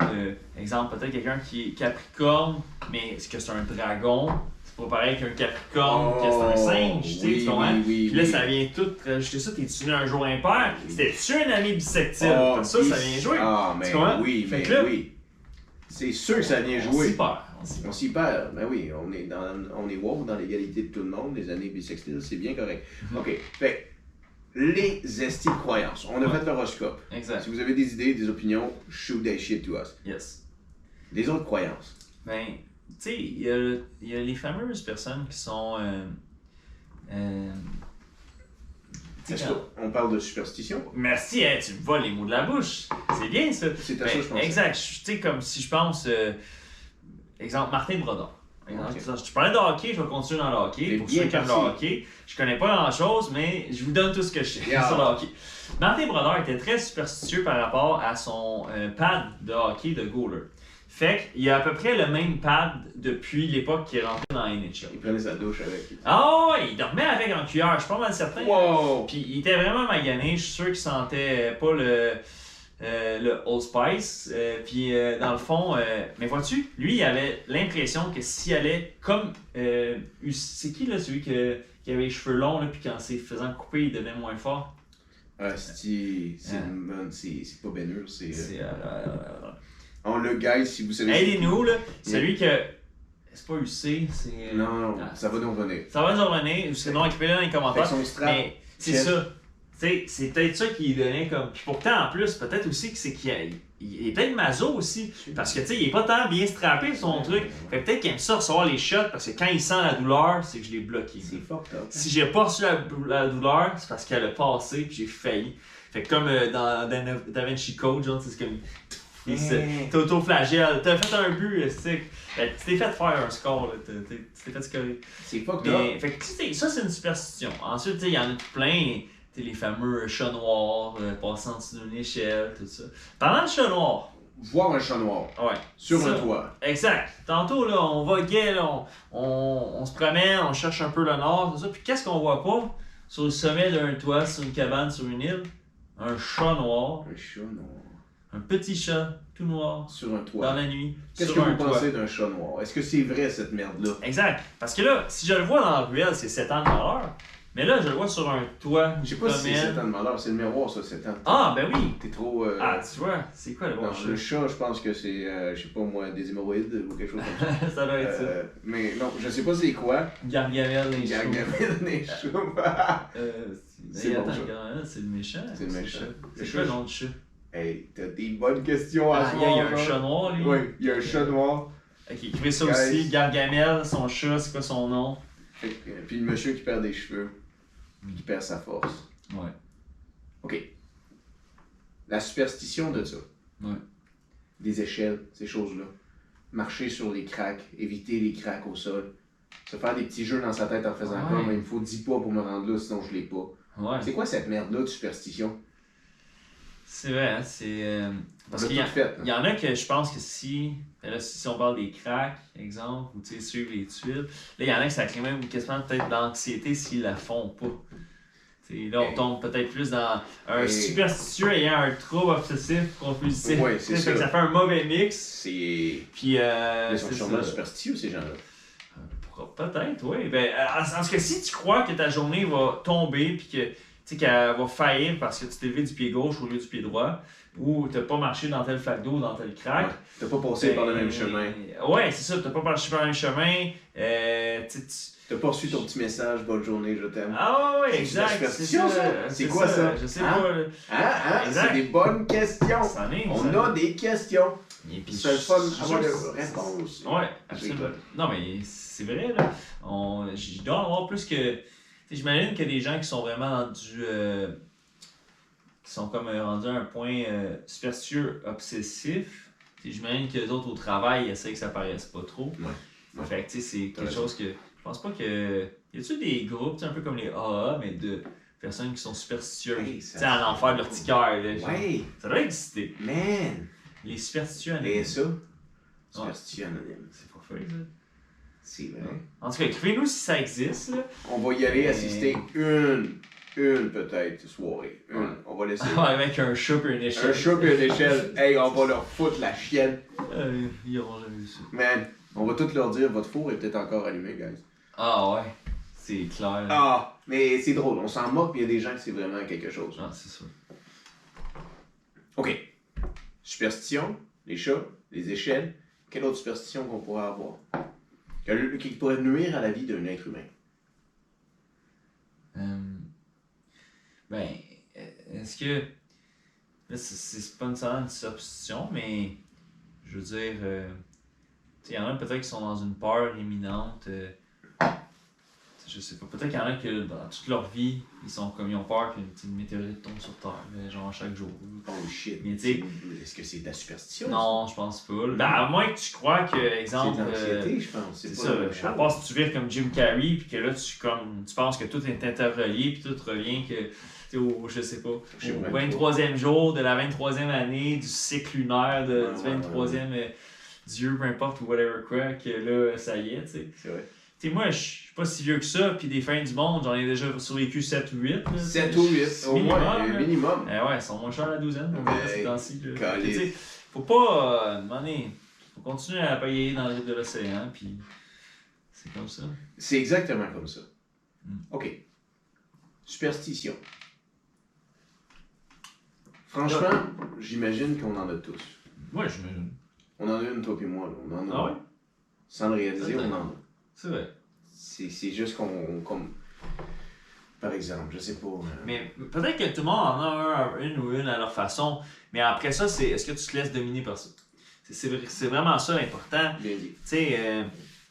S2: De, exemple, peut-être quelqu'un qui est Capricorne, mais est-ce que c'est un dragon C'est pas pareil qu'un Capricorne, que c'est un singe, tu
S1: Oh,
S2: sais,
S1: oui,
S2: tu comprends?
S1: oui, oui,
S2: Puis là,
S1: oui.
S2: ça vient tout rajouter ça. T'es-tu né un jour impair C'était-tu un ami bisextile
S1: Oh,
S2: Ça, ça
S1: ici.
S2: vient jouer.
S1: Ah, mais
S2: comprends?
S1: oui,
S2: Fait
S1: mais
S2: que là-
S1: oui. C'est sûr que ça vient
S2: On s'y
S1: jouer.
S2: perd. On s'y
S1: On s'y perd, ben oui, on est dans, on est woke dans l'égalité de tout le monde, les années bisextiles, c'est bien correct.
S2: Mm-hmm.
S1: OK, fait que les estis de croyances. On a
S2: Ouais.
S1: fait l'horoscope.
S2: perd. Exact.
S1: Si vous avez des idées, des opinions, shoot that shit to us.
S2: Yes.
S1: Les autres croyances.
S2: Ben, tu sais, il y a, il y a les fameuses personnes qui sont. Euh, euh, tu sais,
S1: Est-ce
S2: quand-
S1: qu'on parle de superstition?
S2: Merci, hein, tu me voles les mots de la bouche. C'est bien ça.
S1: C'est à
S2: Ben,
S1: ça que je pensais.
S2: Exact. Je- Tu sais, comme si je pense. euh, exemple, Martin Brodeur. Exemple,
S1: Ok.
S2: Je parlais de hockey, je vais continuer dans le hockey.
S1: T'es
S2: Pour
S1: bien
S2: ceux qui aiment le
S1: parti.
S2: hockey, je connais pas grand chose, mais je vous donne tout ce que je sais
S1: Yeah.
S2: sur le hockey. Martin Brodeur était très superstitieux par rapport à son euh, pad de hockey de goaler. Fait qu'il a à peu près le même pad depuis l'époque qu'il est rentré dans la NHL.
S1: Il prenait sa douche avec.
S2: Ah ouais, il dormait avec en cuillère, je suis pas mal certain.
S1: Wow!
S2: Puis il était vraiment magané, je suis sûr qu'il sentait euh, pas le, euh, le Old Spice. Euh, puis euh, dans le fond, euh, mais vois-tu, lui il avait l'impression que s'il allait comme. euh, Us- c'est qui là celui que- qui avait les cheveux longs, là, puis qu'en s'est faisant couper, il devenait moins fort
S1: Ah, c'est c'est-
S2: Ah.
S1: c'est- c'est pas Ben Hur, c'est. euh,
S2: C'est, euh, euh,
S1: On le guide si vous savez.
S2: Aidez-nous là, celui que. C'est pas UC, c'est.
S1: Non, non,
S2: Ah,
S1: ça va nous revenir.
S2: Ça va nous revenir, ou sinon écrivez-le dans les
S1: Fait que
S2: commentaires.
S1: son strap,
S2: Mais c'est
S1: chef.
S2: ça. Tu sais, c'est peut-être ça qui lui donnait comme. Puis pourtant, en plus, peut-être aussi que c'est qu'il a- il est peut-être maso aussi. Parce que, tu sais, il est pas tant bien strappé son truc. Fait que peut-être qu'il aime ça recevoir les shots parce que quand il sent la douleur, c'est que je l'ai bloqué.
S1: c'est fort, top.
S2: Si j'ai pas reçu la, la douleur, c'est parce qu'elle a passé puis j'ai failli. Fait que comme euh, dans Da, Da Vinci Code, genre, c'est comme. Il se
S1: Mmh.
S2: t'auto-flagelle. T'as fait un but, euh, stick. Fait que tu t'es fait faire un score, là. T'as- t'es- Tu t'es fait scorer.
S1: C'est fucked up.
S2: Mais, fait que, tu sais, ça, c'est une superstition. Ensuite, tu sais, il y en a plein. Tu sais, les fameux chats noirs, euh, passant en dessous d'une échelle, tout ça. Parlant de chats noirs,
S1: voir un chat noir
S2: Ouais.
S1: sur
S2: Ça.
S1: le toit.
S2: Exact. Tantôt, là, on va gay, là, on, on- on se promène, on cherche un peu le nord, tout ça. Puis qu'est-ce qu'on voit pas sur le sommet d'un toit, sur une cabane, sur une île? Un chat noir,
S1: Un chat noir
S2: un petit chat tout noir,
S1: sur un
S2: dans
S1: toit.
S2: la nuit,
S1: Qu'est-ce
S2: sur
S1: que
S2: un
S1: vous
S2: toit.
S1: pensez d'un chat noir Est-ce que c'est vrai cette merde-là
S2: Exact. Parce que là, si je le vois dans la ruelle, c'est 7 ans de malheur. Mais là, je le vois sur un toit,
S1: Je sais
S2: une
S1: pas si c'est
S2: promène.
S1: 7 ans de malheur, c'est le miroir ça, 7 ans.
S2: Ah, ben oui!
S1: T'es trop. euh,
S2: Ah, tu vois, c'est quoi le
S1: non,
S2: bon
S1: le
S2: jeu?
S1: chat, je pense que c'est, euh, je sais pas moi, des hémorroïdes ou quelque chose comme ça.
S2: ça doit être ça.
S1: Euh, mais non, je sais pas c'est quoi.
S2: Gargamel, les choux.
S1: Gargamel des chats.
S2: Euh,
S1: C'est
S2: hey,
S1: bon
S2: attends,
S1: jeu.
S2: Gargamel, c'est le méchant.
S1: C'est le méchant.
S2: pas-
S1: Le
S2: C'est
S1: chat,
S2: quoi le nom du chat?
S1: hey, t'as des bonnes questions à
S2: Ah,
S1: ce
S2: il y a- il y a un
S1: moment-là.
S2: chat noir, lui.
S1: Oui, il y a un chat noir.
S2: Ok, écrivez ça
S1: Guys.
S2: aussi. Gargamel, son chat, c'est quoi son nom?
S1: Et Puis le monsieur qui perd des cheveux, qui perd sa force.
S2: Ouais.
S1: Ok. La superstition de ça.
S2: Ouais.
S1: Des échelles, ces choses-là. Marcher sur les cracks, éviter les cracks au sol. Se faire des petits jeux dans sa tête en faisant
S2: Ouais.
S1: comme il me faut 10 pas pour me rendre là, sinon je l'ai pas.
S2: Ouais.
S1: C'est quoi cette merde-là de superstition?
S2: C'est vrai, hein, c'est. euh, Parce
S1: On
S2: qu'il y,
S1: l'a
S2: a-
S1: tout fait. là.
S2: il y en a que je pense que si. ben là, si si on parle des cracks, exemple, ou tu sais, suivre les tuiles, là, il y en a que ça crée même quasiment peut-être d'anxiété s'ils la font pas. Tu sais, là, on
S1: Hey.
S2: tombe peut-être plus dans un
S1: Hey.
S2: superstitieux ayant un trouble obsessif compulsif.
S1: Ouais,
S2: Tu
S1: c'est
S2: sais, fait
S1: ça.
S2: que ça fait un mauvais mix.
S1: C'est.
S2: Puis, euh,
S1: Ils sont
S2: c'est
S1: sûrement
S2: ça.
S1: superstitieux, ces gens-là.
S2: Pourquoi- Peut-être, oui. Ben, en en ce que si tu crois que ta journée va tomber puis que tu sais, qu'elle va faillir parce que tu t'es levé du pied gauche au lieu du pied droit ou t'as pas marché dans tel flaque d'eau, dans tel crack.
S1: Ouais. T'as pas passé par le
S2: Ah. ben,
S1: même chemin.
S2: Ouais, c'est ça, t'as pas marché par le même chemin. Euh, tu sais, tu-
S1: T'as pas reçu ton petit message, bonne journée, je t'aime.
S2: Ah ouais,
S1: C'est
S2: exact.
S1: de la superstition, ça. C'est quoi, ça?
S2: Je sais
S1: Hein?
S2: pas. là.
S1: Hein, hein?
S2: Exact.
S1: C'est des bonnes questions.
S2: C'en est,
S1: On
S2: c'en
S1: a des questions.
S2: est. Et puis,
S1: C'est le fun
S2: je suis
S1: d'avoir
S2: sûr
S1: des
S2: que c'est-
S1: réponses.
S2: Ouais, absolument. Non, mais c'est vrai, là. On, j- je dois en avoir plus que. tu sais, J'imagine que des gens qui sont vraiment dans du. euh, qui sont comme euh, rendus à un point euh, superstitieux, obsessif. Tu sais, J'imagine que les autres au travail essaient que ça paraisse pas trop.
S1: Ouais.
S2: Fait que, tu sais, c'est
S1: T'as
S2: quelque
S1: raison.
S2: chose que. Je pense pas que. Y a-tu des groupes, tu sais, un peu comme les AA, mais de personnes qui sont superstitieuses?
S1: Hey,
S2: tu
S1: ça-
S2: sais, à l'enfer de leur petit cœur, là. genre.
S1: Ouais,
S2: Ça doit exister.
S1: man.
S2: Les superstitieux,
S1: Et ça,
S2: Ouais.
S1: superstitieux anonyme.
S2: c'est pas fait, ça.
S1: C'est vrai.
S2: Ouais. En tout cas, écrivez-nous si ça existe, là.
S1: On va y aller
S2: Mais-
S1: assister une, une peut-être soirée. Une. On va laisser.
S2: Ouais, avec un chat et une échelle.
S1: Un show et une échelle. Hey, on va leur foutre la chienne.
S2: Euh, ils auront jamais vu ça.
S1: Man, on va tout leur dire, votre four est peut-être encore allumé, guys.
S2: Ah ouais, c'est clair. Ah,
S1: Ah, mais c'est drôle, on s'en moque, puis il y a des gens que c'est vraiment quelque chose.
S2: c'est ça.
S1: Ok. Superstition, les chats, les échelles. Quelle autre superstition qu'on pourrait avoir Que- Qui pourrait nuire à la vie d'un être humain
S2: Euh, ben, euh, est-ce que... Là, c'est- c'est pas nécessairement une substitution, mais... Je veux dire... euh, tu sais, il y en a peut-être qui sont dans une peur imminente. euh, je sais pas. Peut-être qu'il y en a que dans toute leur vie, ils sont comme ils ont peur qu'une petite météorite tombe sur Terre, là, genre chaque jour.
S1: Oh shit.
S2: Mais tu sais-
S1: Est-ce que c'est de la superstition
S2: Non, je pense pas. là. Ben, à moins que tu crois que,
S1: C'est de
S2: exemple. euh,
S1: l'anxiété, je pense.
S2: C'est
S1: C'est
S2: ça, euh,
S1: pas le
S2: à part si tu vires comme Jim Carrey, puis que là, tu, comme, tu penses que tout est interrelié, puis tout revient que, tu sais, au, je sais pas, au
S1: Je sais pas.
S2: 23e jour de la 23e année du cycle lunaire, de,
S1: Ouais,
S2: du
S1: ouais,
S2: 23e euh, dieu, peu importe, ou whatever quoi, que là, ça y est, tu sais.
S1: C'est vrai.
S2: Tu sais, moi, je suis pas si vieux que ça, puis des fins du monde, j'en ai déjà survécu 7 ou 8. là, tu sais,
S1: 7 ou 8, au
S2: minimum,
S1: moins,
S2: là.
S1: un minimum.
S2: Eh ouais, ils sont moins chers à la douzaine, donc,
S1: Ben,
S2: ces temps-ci. là.
S1: caliste.
S2: Puis, tu sais, Faut pas. Euh, à un moment donné, faut continuer à payer dans le rythme de l'océan, puis. C'est comme ça.
S1: C'est exactement comme ça.
S2: Mm.
S1: Ok. Superstition. Franchement, j'imagine qu'on en a tous.
S2: Ouais, j'imagine.
S1: On en a une, toi et moi. là. On en a
S2: Ah ouais?
S1: Sans le réaliser,
S2: Attends.
S1: on en a.
S2: C'est vrai.
S1: C'est c'est juste qu'on. on- comme... Par exemple, je sais pas. euh,
S2: Mais peut-être que tout le monde en a un, une ou une à leur façon, mais après ça, c'est est-ce que tu te laisses dominer par ça? C'est- C'est c'est vraiment ça l'important.
S1: Bien dit.
S2: Tu sais, euh,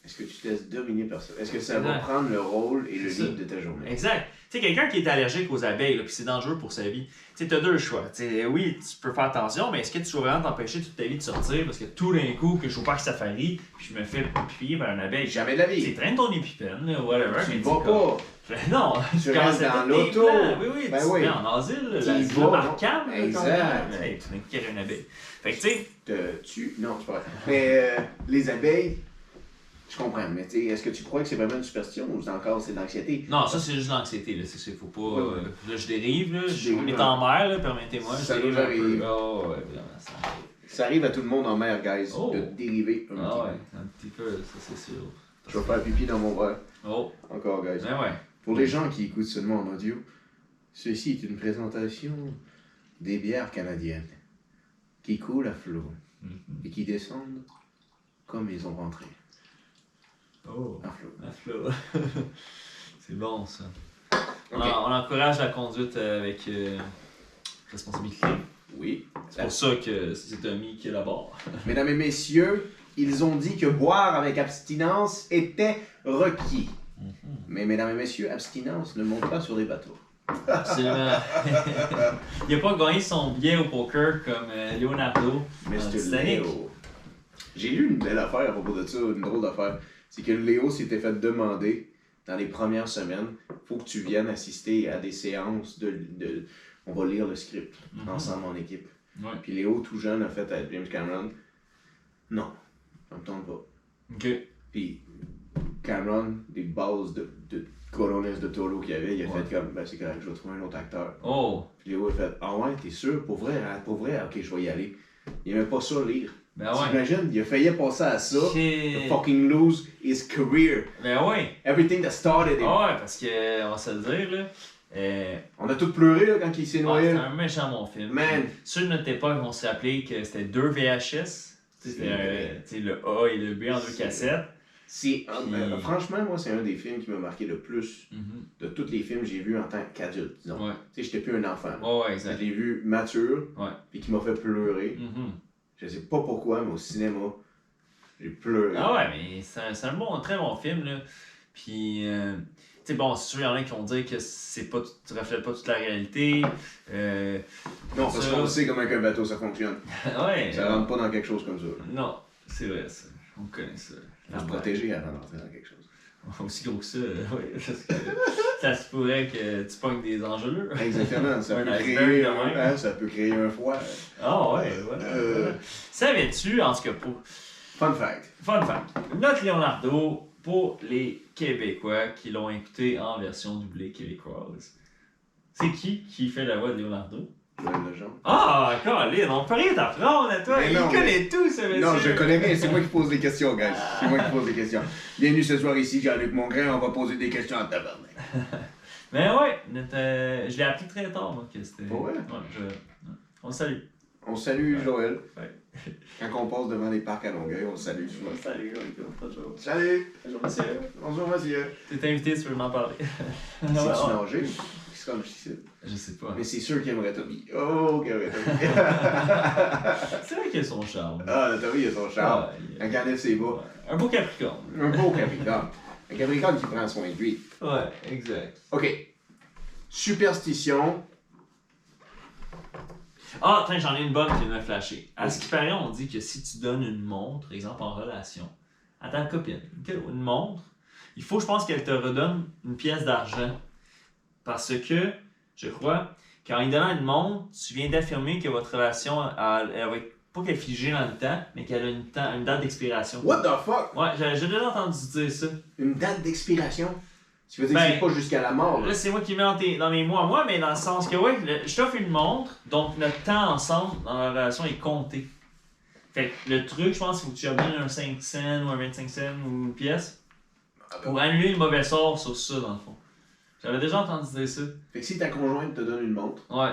S1: Est-ce que tu te laisses dominer par ça? Est-ce que ça va
S2: Ouais.
S1: prendre le rôle et le
S2: C'est ça.
S1: lead de ta journée?
S2: Exact. Tu sais, quelqu'un qui est allergique aux abeilles, là, puis c'est dangereux pour sa vie, tu sais, t'as deux choix. Tu sais, oui, tu peux faire attention, mais est-ce que tu vas vraiment t'empêcher toute ta vie de sortir parce que tout d'un coup, que je vais au parc safari, puis je me fais piquer par une abeille?
S1: Jamais de la
S2: Tu sais,
S1: vie!
S2: traîne ton épipène, là, whatever.
S1: Tu
S2: mais
S1: y
S2: dis
S1: vas
S2: comme-
S1: pas!
S2: Ben non,
S1: Tu
S2: commences
S1: restes
S2: à
S1: dans
S2: mettre des
S1: l'auto.
S2: plans. Oui, oui,
S1: Ben
S2: tu te
S1: oui.
S2: mets en asile, là,
S1: Tu
S2: la
S1: y
S2: ville
S1: vas, non?
S2: marquable. là, comme-
S1: Exact.
S2: Hey, tu n'es qu'une abeille. Fait que, tu sais,
S1: Te tu... Non, c'est pas vrai. Mais euh, les abeilles, je comprends, mais tu sais, est-ce que tu crois que c'est vraiment une superstition ou c'est encore c'est de l'anxiété?
S2: non, ça, c'est juste l'anxiété, là. C'est- c'est- faut pas.
S1: Ouais, ouais.
S2: euh, là, je dérive, là. Je, on
S1: dérives,
S2: est
S1: hein.
S2: en mer, là, permettez-moi.
S1: Ça
S2: je
S1: nous
S2: dérive un peu.
S1: arrive.
S2: Oh, ouais, évidemment, ça arrive.
S1: Ça arrive à tout le monde en mer, guys,
S2: Oh.
S1: de dériver un
S2: Ah
S1: petit
S2: ouais,
S1: peu.
S2: un petit peu, ça c'est sûr.
S1: Je vais faire pipi dans mon verre.
S2: Oh,
S1: Encore, guys.
S2: ben ouais.
S1: Pour les gens qui écoutent seulement en audio, ceci est une présentation des bières canadiennes qui coulent à flot et qui descendent comme ils ont rentré
S2: Oh,
S1: à flot.
S2: un flot. c'est bon ça. On,
S1: Ok.
S2: on encourage la conduite avec euh, responsabilité.
S1: Oui.
S2: C'est pour ça que c'est Tommy qui est là-bas.
S1: Mesdames et messieurs, ils ont dit que boire avec abstinence était requis. Mais mesdames et messieurs, abstinence ne monte pas sur des bateaux.
S2: Absolument. Il a pas gagné son billet au poker comme euh, Leonardo. Ah,
S1: Mr.
S2: Titanic.
S1: Léo. J'ai lu une belle affaire à propos de ça, une drôle d'affaire. C'est que Léo s'était fait demander dans les premières semaines faut que tu viennes assister à des séances de. de- on va lire le script
S2: Mhm.
S1: ensemble en équipe.
S2: Ouais.
S1: Puis Léo, tout jeune, a fait à James Cameron Non, ça me tente pas.
S2: Ok.
S1: Puis Cameron, des bases de, de colonnes de taureau qu'il y avait, il a
S2: Ouais.
S1: fait comme ben, c'est correct, je vais trouver un autre acteur.
S2: Oh,
S1: Puis Léo a fait Ah ouais, t'es sûr Pour vrai, hein? pour vrai, ok, je vais y aller. Il aimait pas ça lire.
S2: ben ouais.
S1: T'imagines, il a failli passer à ça.
S2: Shit.
S1: To fucking lose his career.
S2: Ben ouais.
S1: Everything that started it.
S2: Ah ouais, parce que, on va se le dire là. euh,
S1: On a tous pleuré là, quand il s'est
S2: Ouais,
S1: noyé.
S2: c'était un méchant bon film.
S1: Man.
S2: Ceux de notre époque vont se rappeler que c'était deux VHS. C'était euh, tu sais, le A et le B en deux
S1: C'est-
S2: cassettes.
S1: C'est un-
S2: Puis-
S1: ben, franchement, moi, c'est un des films qui m'a marqué le plus de tous les films que j'ai vus en tant qu'adulte. Disons.
S2: Ouais.
S1: Tu sais, j'étais plus un enfant.
S2: Ouais, ouais,
S1: Je
S2: exact.
S1: l'ai vu mature,
S2: Ouais.
S1: puis qui m'a fait pleurer.
S2: Mhm.
S1: Je sais pas pourquoi, mais au cinéma, j'ai pleuré.
S2: Ah ouais, mais c'est un, c'est un bon, un très bon film. Là. Puis, euh, tu sais, bon, c'est sûr, il y en a qui vont dire que c'est pas, tout- tu reflètes pas toute la réalité. Euh,
S1: Non, parce
S2: Ça- Eh,
S1: qu'on sait comment un bateau ça fonctionne.
S2: ouais.
S1: Ça rentre pas dans quelque chose comme ça. là.
S2: Non, c'est vrai, ça. On connaît ça.
S1: Faut se protéger avant d'entrer dans quelque chose.
S2: Aussi gros que ça, oui. Parce que ça se pourrait que tu pognes des enjeux.
S1: Exactement, ça
S2: Un
S1: peut,
S2: iceberg
S1: créer
S2: de
S1: un,
S2: même.
S1: hein, ça peut créer un foie.
S2: Ah ouais, voilà.
S1: Euh.
S2: Savais-tu, en ce que pour.
S1: Fun fact.
S2: Fun fact. Notre Leonardo, pour les Québécois qui l'ont écouté en version doublée québécoise, c'est qui qui fait la voix de Leonardo
S1: Joël Legendre.
S2: Ah, Colin, on peut rien t'apprendre à toi.
S1: Mais
S2: Il
S1: non,
S2: connaît tout, ce monsieur.
S1: Non, je connais rien, c'est moi qui pose des questions, guys. C'est moi qui pose des questions. Bienvenue ce soir ici, Jean-Luc Mongrain, on va poser des questions à tabarnak.
S2: Mais ouais, notre, euh, je l'ai appris très tard, moi, que c'était.
S1: Pour vrai?
S2: je- ouais. On le salue.
S1: On salue
S2: Ouais.
S1: Joël.
S2: Ouais.
S1: Quand on passe devant les parcs à Longueuil, on le salue souvent.
S2: salue, bonjour.
S1: Salut!
S2: Bonjour, monsieur.
S1: Bonjour, monsieur.
S2: T'es invité, tu veux m'en parler.
S1: C'est-tu
S2: Ouais, ouais.
S1: nager? C'est comme je sais.
S2: Je sais pas.
S1: Mais c'est sûr qu'il aimerait Tommy. Oh, qu'il aimerait Tommy.
S2: C'est vrai qu'il a son charme.
S1: ah, le Tommy, il a son charme.
S2: Ouais, il-
S1: Quand il enlève ses bas,
S2: Un beau capricorne.
S1: un beau Capricorne. Un Capricorne qui prend soin de lui.
S2: Ouais, exact.
S1: OK. Superstition.
S2: Ah, tiens, j'en ai une bonne qui m'a flashé. À ce qui paraît, on dit que si tu donnes une montre, exemple en relation, à ta copine, ok, une montre, il faut, je pense, qu'elle te redonne une pièce d'argent. Parce que, je crois, qu'en lui donnant une montre, tu viens d'affirmer que votre relation, elle, elle va être, pas qu'elle est figée dans le temps, mais qu'elle a une, temps- une date d'expiration.
S1: What the fuck?
S2: Ouais, j'ai j'ai déjà entendu dire ça.
S1: Une date d'expiration? Tu veux dire que
S2: Ben,
S1: c'est pas jusqu'à la mort, là?
S2: Là, c'est moi qui mets dans, tes- dans mes mots à moi, mais dans le sens que, ouais, le- je t'offre une montre, donc notre temps ensemble dans la relation est compté. Fait que le truc, je pense, il faut que tu obtiennes un 5 cents ou un 25 cents ou une pièce
S1: Ah ben
S2: pour annuler le mauvais sort sur ça, dans le fond. J'avais déjà entendu dire ça.
S1: Fait que si ta conjointe te donne une montre,
S2: Ouais,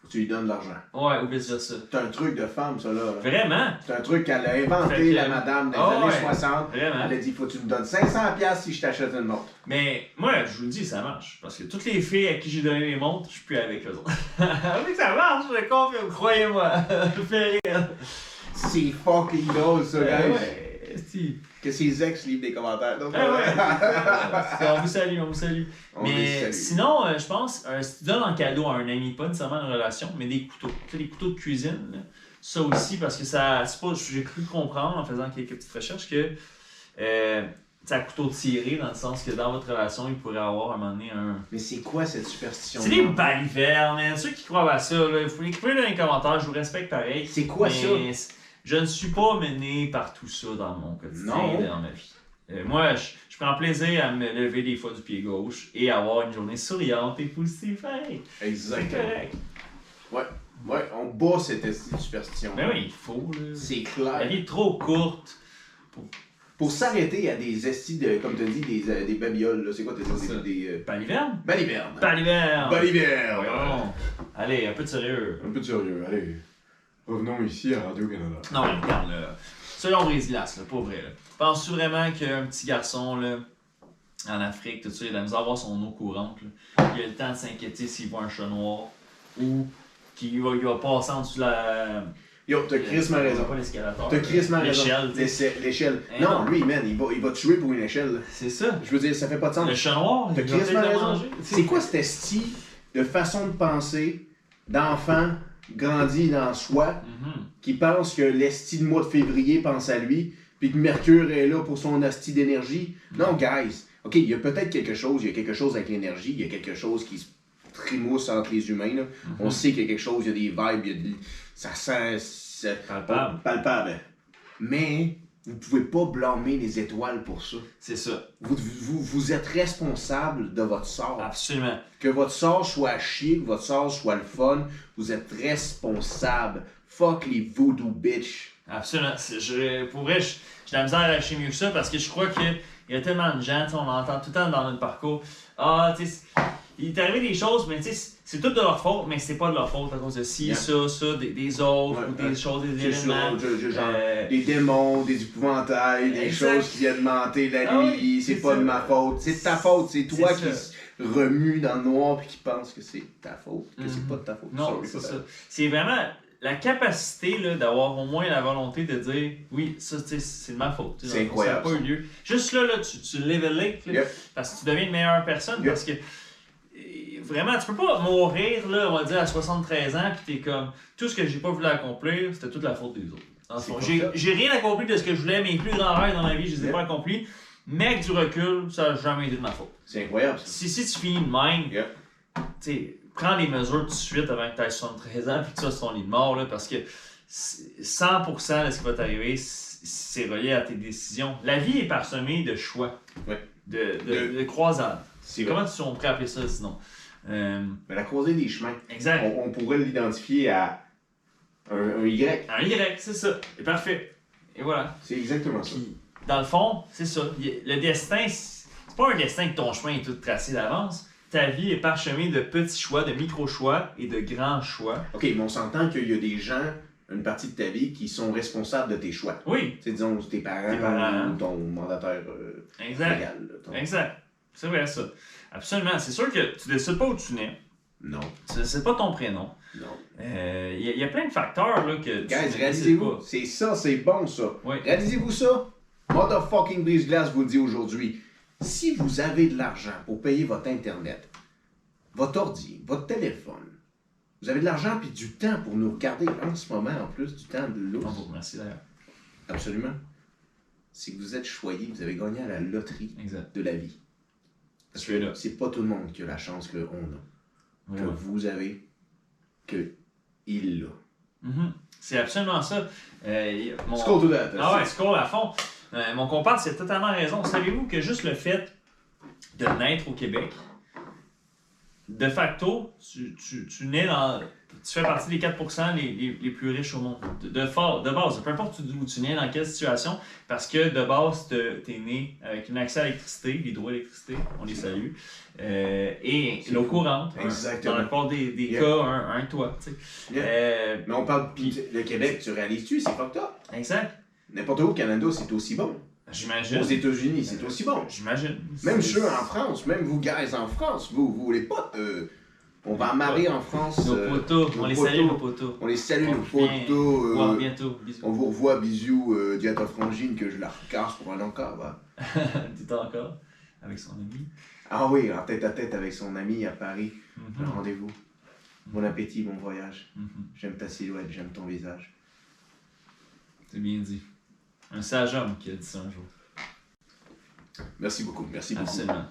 S1: faut que tu lui donnes de l'argent.
S2: ouais, ou vice ça.
S1: C'est un truc de femme, ça, là.
S2: Vraiment,
S1: C'est un truc qu'elle a
S2: Fait
S1: inventé,
S2: que-
S1: la madame, dans les
S2: Ah
S1: années
S2: ouais.
S1: 60.
S2: vraiment.
S1: Elle a dit, faut que tu me donnes 500$ piastres si je t'achète une montre.
S2: Mais moi, je vous le dis, ça marche. Parce que toutes les filles à qui j'ai donné les montres, je suis plus avec eux autres. Ah Oui, ça marche, je confirme, croyez-moi. Je fais rire. Eh
S1: C'est fucking drôle, ça, guys.
S2: Ouais, si.
S1: que ses ex livrent des commentaires. Donc, euh,
S2: Ah ouais, on vous salue, on vous salue.
S1: on les
S2: mais
S1: salue.
S2: sinon, euh, je pense, un, si tu donnes en cadeau à un ami, pas nécessairement une relation, mais des couteaux. Tu sais, des couteaux de cuisine, là. ça aussi, parce que ça, c'est pas, j'ai cru comprendre en faisant quelques petites recherches que euh, c'est à couteau tiré, dans le sens que dans votre relation, il pourrait avoir à un moment donné un,
S1: Mais c'est quoi cette superstition?
S2: C'est des balivernes, man. Ceux qui croient à ça, là, il faut l'écrire dans les commentaires, je vous respecte pareil.
S1: C'est quoi ça?
S2: Mais c- Je ne suis pas mené par tout ça dans mon quotidien,
S1: Non.
S2: dans ma vie. Euh, moi, je, je prends plaisir à me lever des fois du pied gauche et avoir une journée souriante et positive. Hey, c'est
S1: Exactement.
S2: correct.
S1: Ouais, on bat cette esti de superstition.
S2: Mais oui, il faut, là.
S1: C'est
S2: La
S1: clair.
S2: vie est trop courte.
S1: Pour s'arrêter à des estis de, comme tu dis, des, euh, des babioles, là, c'est quoi tes
S2: C'est
S1: dit?
S2: ça.
S1: Des. euh,
S2: Baliverne?
S1: balivernes.
S2: Baliverne!
S1: Balivernes!
S2: Voyons. Allez, un peu de sérieux.
S1: Un peu de sérieux, allez. Revenons ici à Radio-Canada.
S2: Non, mais regarde, là. Selon Brésilas, là, pour vrai, là. Penses-tu vraiment qu'un petit garçon, là, en Afrique, tout ça, il a la misère à avoir son eau courante, là. Il a le temps de s'inquiéter s'il voit un chat noir ou qu'il va, il va passer en dessous de la. euh,
S1: Yo, t'as crissement raison.
S2: Pas l'escalator.
S1: T'as crissement raison.
S2: L'échelle, tu sais.
S1: L'échelle. L'échelle.
S2: Eh
S1: Non,
S2: non.
S1: lui, man, il va, il va tuer pour une échelle.
S2: C'est ça.
S1: Je veux dire, ça fait pas de sens.
S2: Le chat noir,
S1: T'as
S2: il va peut-être
S1: crissement
S2: le
S1: raison.
S2: manger. tu sais.
S1: C'est quoi cette esti de façon de penser d'enfant grandi dans soi
S2: Mhm.
S1: qui pense que l'esti de mois de février pense à lui, puis que Mercure est là pour son esti d'énergie. Non, guys. OK, il y a peut-être quelque chose, il y a quelque chose avec l'énergie, il y a quelque chose qui se trimousse entre les humains. là. On sait qu'il y a quelque chose, il y a des vibes, il y a de- ça sent... ça- Oh,
S2: Palpable.
S1: Palpable. Mais vous pouvez pas blâmer les étoiles pour ça.
S2: C'est ça.
S1: Vous, vous, vous êtes responsable de votre sort.
S2: Ah. Absolument.
S1: Que votre sort soit à chier, que votre sort soit le fun, vous êtes responsable. Fuck les voodoo bitch.
S2: Absolument. C'est- Je, pour vrai, je- j'ai de la misère à lâcher mieux que ça parce que je crois qu'il y a tellement de gens, tu sais, on entend tout le temps dans notre parcours. Ah, tu sais, c'est- il est arrivé des choses, mais tu sais, c'est- c'est tout de leur faute, mais c'est pas de leur faute à cause de ci,
S1: Yeah.
S2: ça, ça, des, des autres,
S1: Ouais,
S2: ou des
S1: ouais.
S2: choses, des
S1: C'est
S2: événements.
S1: sûr, je- je- genre,
S2: Euh,
S1: Des démons, des épouvantails, des
S2: Exact.
S1: choses qui viennent mentir la
S2: Ah oui,
S1: nuit, c'est
S2: c'est
S1: pas
S2: ça.
S1: de ma faute, c'est de ta faute, c'est toi
S2: C'est
S1: qui
S2: ça.
S1: se remue dans le noir puis qui pense que c'est ta faute, que c'est
S2: Mhm.
S1: pas de ta faute.
S2: Non,
S1: Sorry
S2: c'est
S1: for
S2: ça.
S1: that.
S2: C'est vraiment la capacité là, d'avoir au moins la volonté de dire oui, ça tu sais, c'est de ma faute. tu sais,
S1: C'est
S2: donc,
S1: incroyable,
S2: Ça n'a pas eu lieu. Juste là, là tu, tu level up, là,
S1: Yep.
S2: parce que tu deviens une meilleure personne.
S1: Yep.
S2: Parce que euh, vraiment, tu peux pas mourir, là, on va dire, à 73 ans, puis t'es comme tout ce que j'ai pas voulu accomplir, c'était toute la faute des autres. Dans le
S1: C'est
S2: fond,
S1: pas
S2: j'ai,
S1: ça.
S2: j'ai rien accompli de ce que je voulais, mes plus grands rêves dans ma vie, je les ai
S1: Yep.
S2: pas accomplis. Mais avec du recul, ça n'a jamais été de ma faute.
S1: C'est incroyable ça.
S2: Si, si tu finis de même,
S1: Yep.
S2: tu sais, prends les mesures tout de suite avant que tu aies 73 ans puis que tu sois sur ton lit de mort, là, parce que c'est- 100% de ce qui va t'arriver, c- c'est relié à tes décisions. La vie est parsemée de choix,
S1: Ouais.
S2: de, de,
S1: De-
S2: de croisades.
S1: C'est vrai.
S2: Comment tu on pourrait appeler ça sinon Euh,
S1: Mais la croisée des chemins,
S2: Exact.
S1: on, on pourrait l'identifier à un, un Y.
S2: Un Y, c'est ça. Et parfait. Et voilà.
S1: C'est exactement ça.
S2: Puis, dans le fond, c'est ça. Y- Le destin, c'est c'est pas un destin que ton chemin est tout tracé d'avance. Ta vie est parsemée de petits choix, de micro-choix et de grands choix.
S1: OK, mais on s'entend qu'il y a des gens, une partie de ta vie, qui sont responsables de tes choix.
S2: Oui,
S1: Tu sais, disons, tes parents,
S2: Tes parents.
S1: ou ton mandataire euh,
S2: Exact.
S1: légal. là, ton-
S2: Exact. C'est vrai, ça. Absolument. C'est sûr que tu décides pas où tu nais.
S1: Non,
S2: Tu décides pas ton prénom.
S1: non.
S2: Il y, a- y a plein de facteurs là, que tu
S1: Guys,
S2: ne décides
S1: réalisez-vous,
S2: pas.
S1: c'est ça, c'est bon ça.
S2: Oui.
S1: Réalisez-vous ça. Motherfucking Brise-Glace vous le dit aujourd'hui. Si vous avez de l'argent pour payer votre Internet, votre ordi, votre téléphone, vous avez de l'argent puis du temps pour nous regarder en ce moment, en plus du temps de
S2: On
S1: l'autre.
S2: vous remercie d'ailleurs.
S1: Absolument. Si vous êtes choyé, vous avez gagné à la loterie
S2: Exact.
S1: de la vie.
S2: Straight up.
S1: C'est pas tout le monde qui a la chance que on a, que
S2: Vraiment.
S1: vous avez, que il l'a.
S2: Mhm. C'est absolument ça. Euh, y a- mon-
S1: Scroll to that.
S2: Ah ouais, scroll à fond. Euh, mon comparse, c'est totalement raison. Savez-vous que juste le fait de naître au Québec, de facto, tu, tu, tu nais dans. Tu fais partie des 4% les, les, les plus riches au monde. De, de, fort, de base, peu importe où tu nais, dans quelle situation, parce que de base, te- t'es né avec un accès à l'électricité, l'hydroélectricité, on les salue, euh, et
S1: C'est
S2: l'eau
S1: fou.
S2: courante. un-
S1: Exactement.
S2: Dans la plupart des, des
S1: Yeah.
S2: cas, un, un toit. tu sais.
S1: Yeah.
S2: Euh,
S1: Mais on parle.
S2: Puis-
S1: Le Québec, tu réalises-tu, c'est fucked up.
S2: exact.
S1: N'importe où au Canada, c'est aussi bon.
S2: J'imagine.
S1: Aux États-Unis, c'est aussi bon.
S2: J'imagine.
S1: Même
S2: C'est-
S1: ceux en France, même vous guys en France, vous, vous les potes, euh, On va amarrer en France.
S2: Nos
S1: euh,
S2: potos,
S1: nos
S2: on les
S1: potos.
S2: salue, nos potos.
S1: on les salue, nos
S2: On revient
S1: potos. euh,
S2: voir bientôt. Bisous.
S1: on vous revoit, bisous, euh, dis à ta frangine que je la recasse pour aller encore. va.
S2: Dis-toi encore avec son ami.
S1: Ah oui, en tête à tête avec son ami à Paris. Un
S2: Mhm.
S1: rendez-vous. Bon appétit, bon voyage.
S2: Mhm.
S1: J'aime ta silhouette, j'aime ton visage.
S2: C'est bien dit. Un sage homme qui a dit ça un jour.
S1: Merci beaucoup,
S2: Ah,
S1: merci beaucoup.
S2: Absolument.
S1: Ah.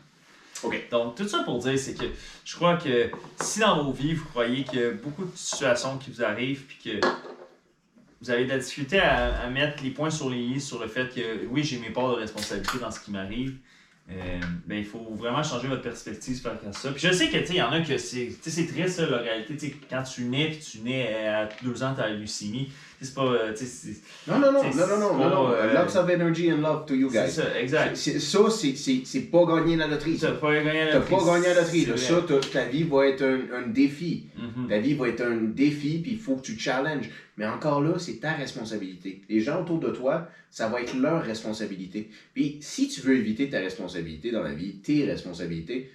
S1: Ok.
S2: Donc, tout ça pour dire, c'est que je crois que si dans vos vies, vous croyez qu'il y a beaucoup de situations qui vous arrivent, puis que vous avez de la difficulté à, à mettre les points sur les i sur le fait que oui, j'ai mes parts de responsabilité dans ce qui m'arrive, euh, ben, il faut vraiment changer votre perspective par rapport à ça. Puis je sais que, tu sais, il y en a que c'est tu sais, c'est triste, là, la réalité. Tu sais, quand tu nais, puis tu nais à deux ans, tu as la leucémie. Tu sais, c'est pas. euh, tu sais, c'est-
S1: Non, non, non,
S2: C'est-
S1: non, non, non, non, non.
S2: euh,
S1: Lots of energy and love to you
S2: c'est
S1: guys.
S2: ça, exact.
S1: C'est- Ça, c'est- c'est c'est pas gagner la loterie.
S2: T'as pas gagné à la
S1: T'as pas
S2: loterie,
S1: gagné la loterie.
S2: c'est
S1: là.
S2: vrai.
S1: Ça, t'as- ta vie va être un, un défi.
S2: Mhm.
S1: Ta vie va être un défi, puis il faut que tu challenges. Mais encore là, c'est ta responsabilité. Les gens autour de toi, ça va être leur responsabilité. Puis si tu veux éviter ta responsabilité dans la vie, tes responsabilités,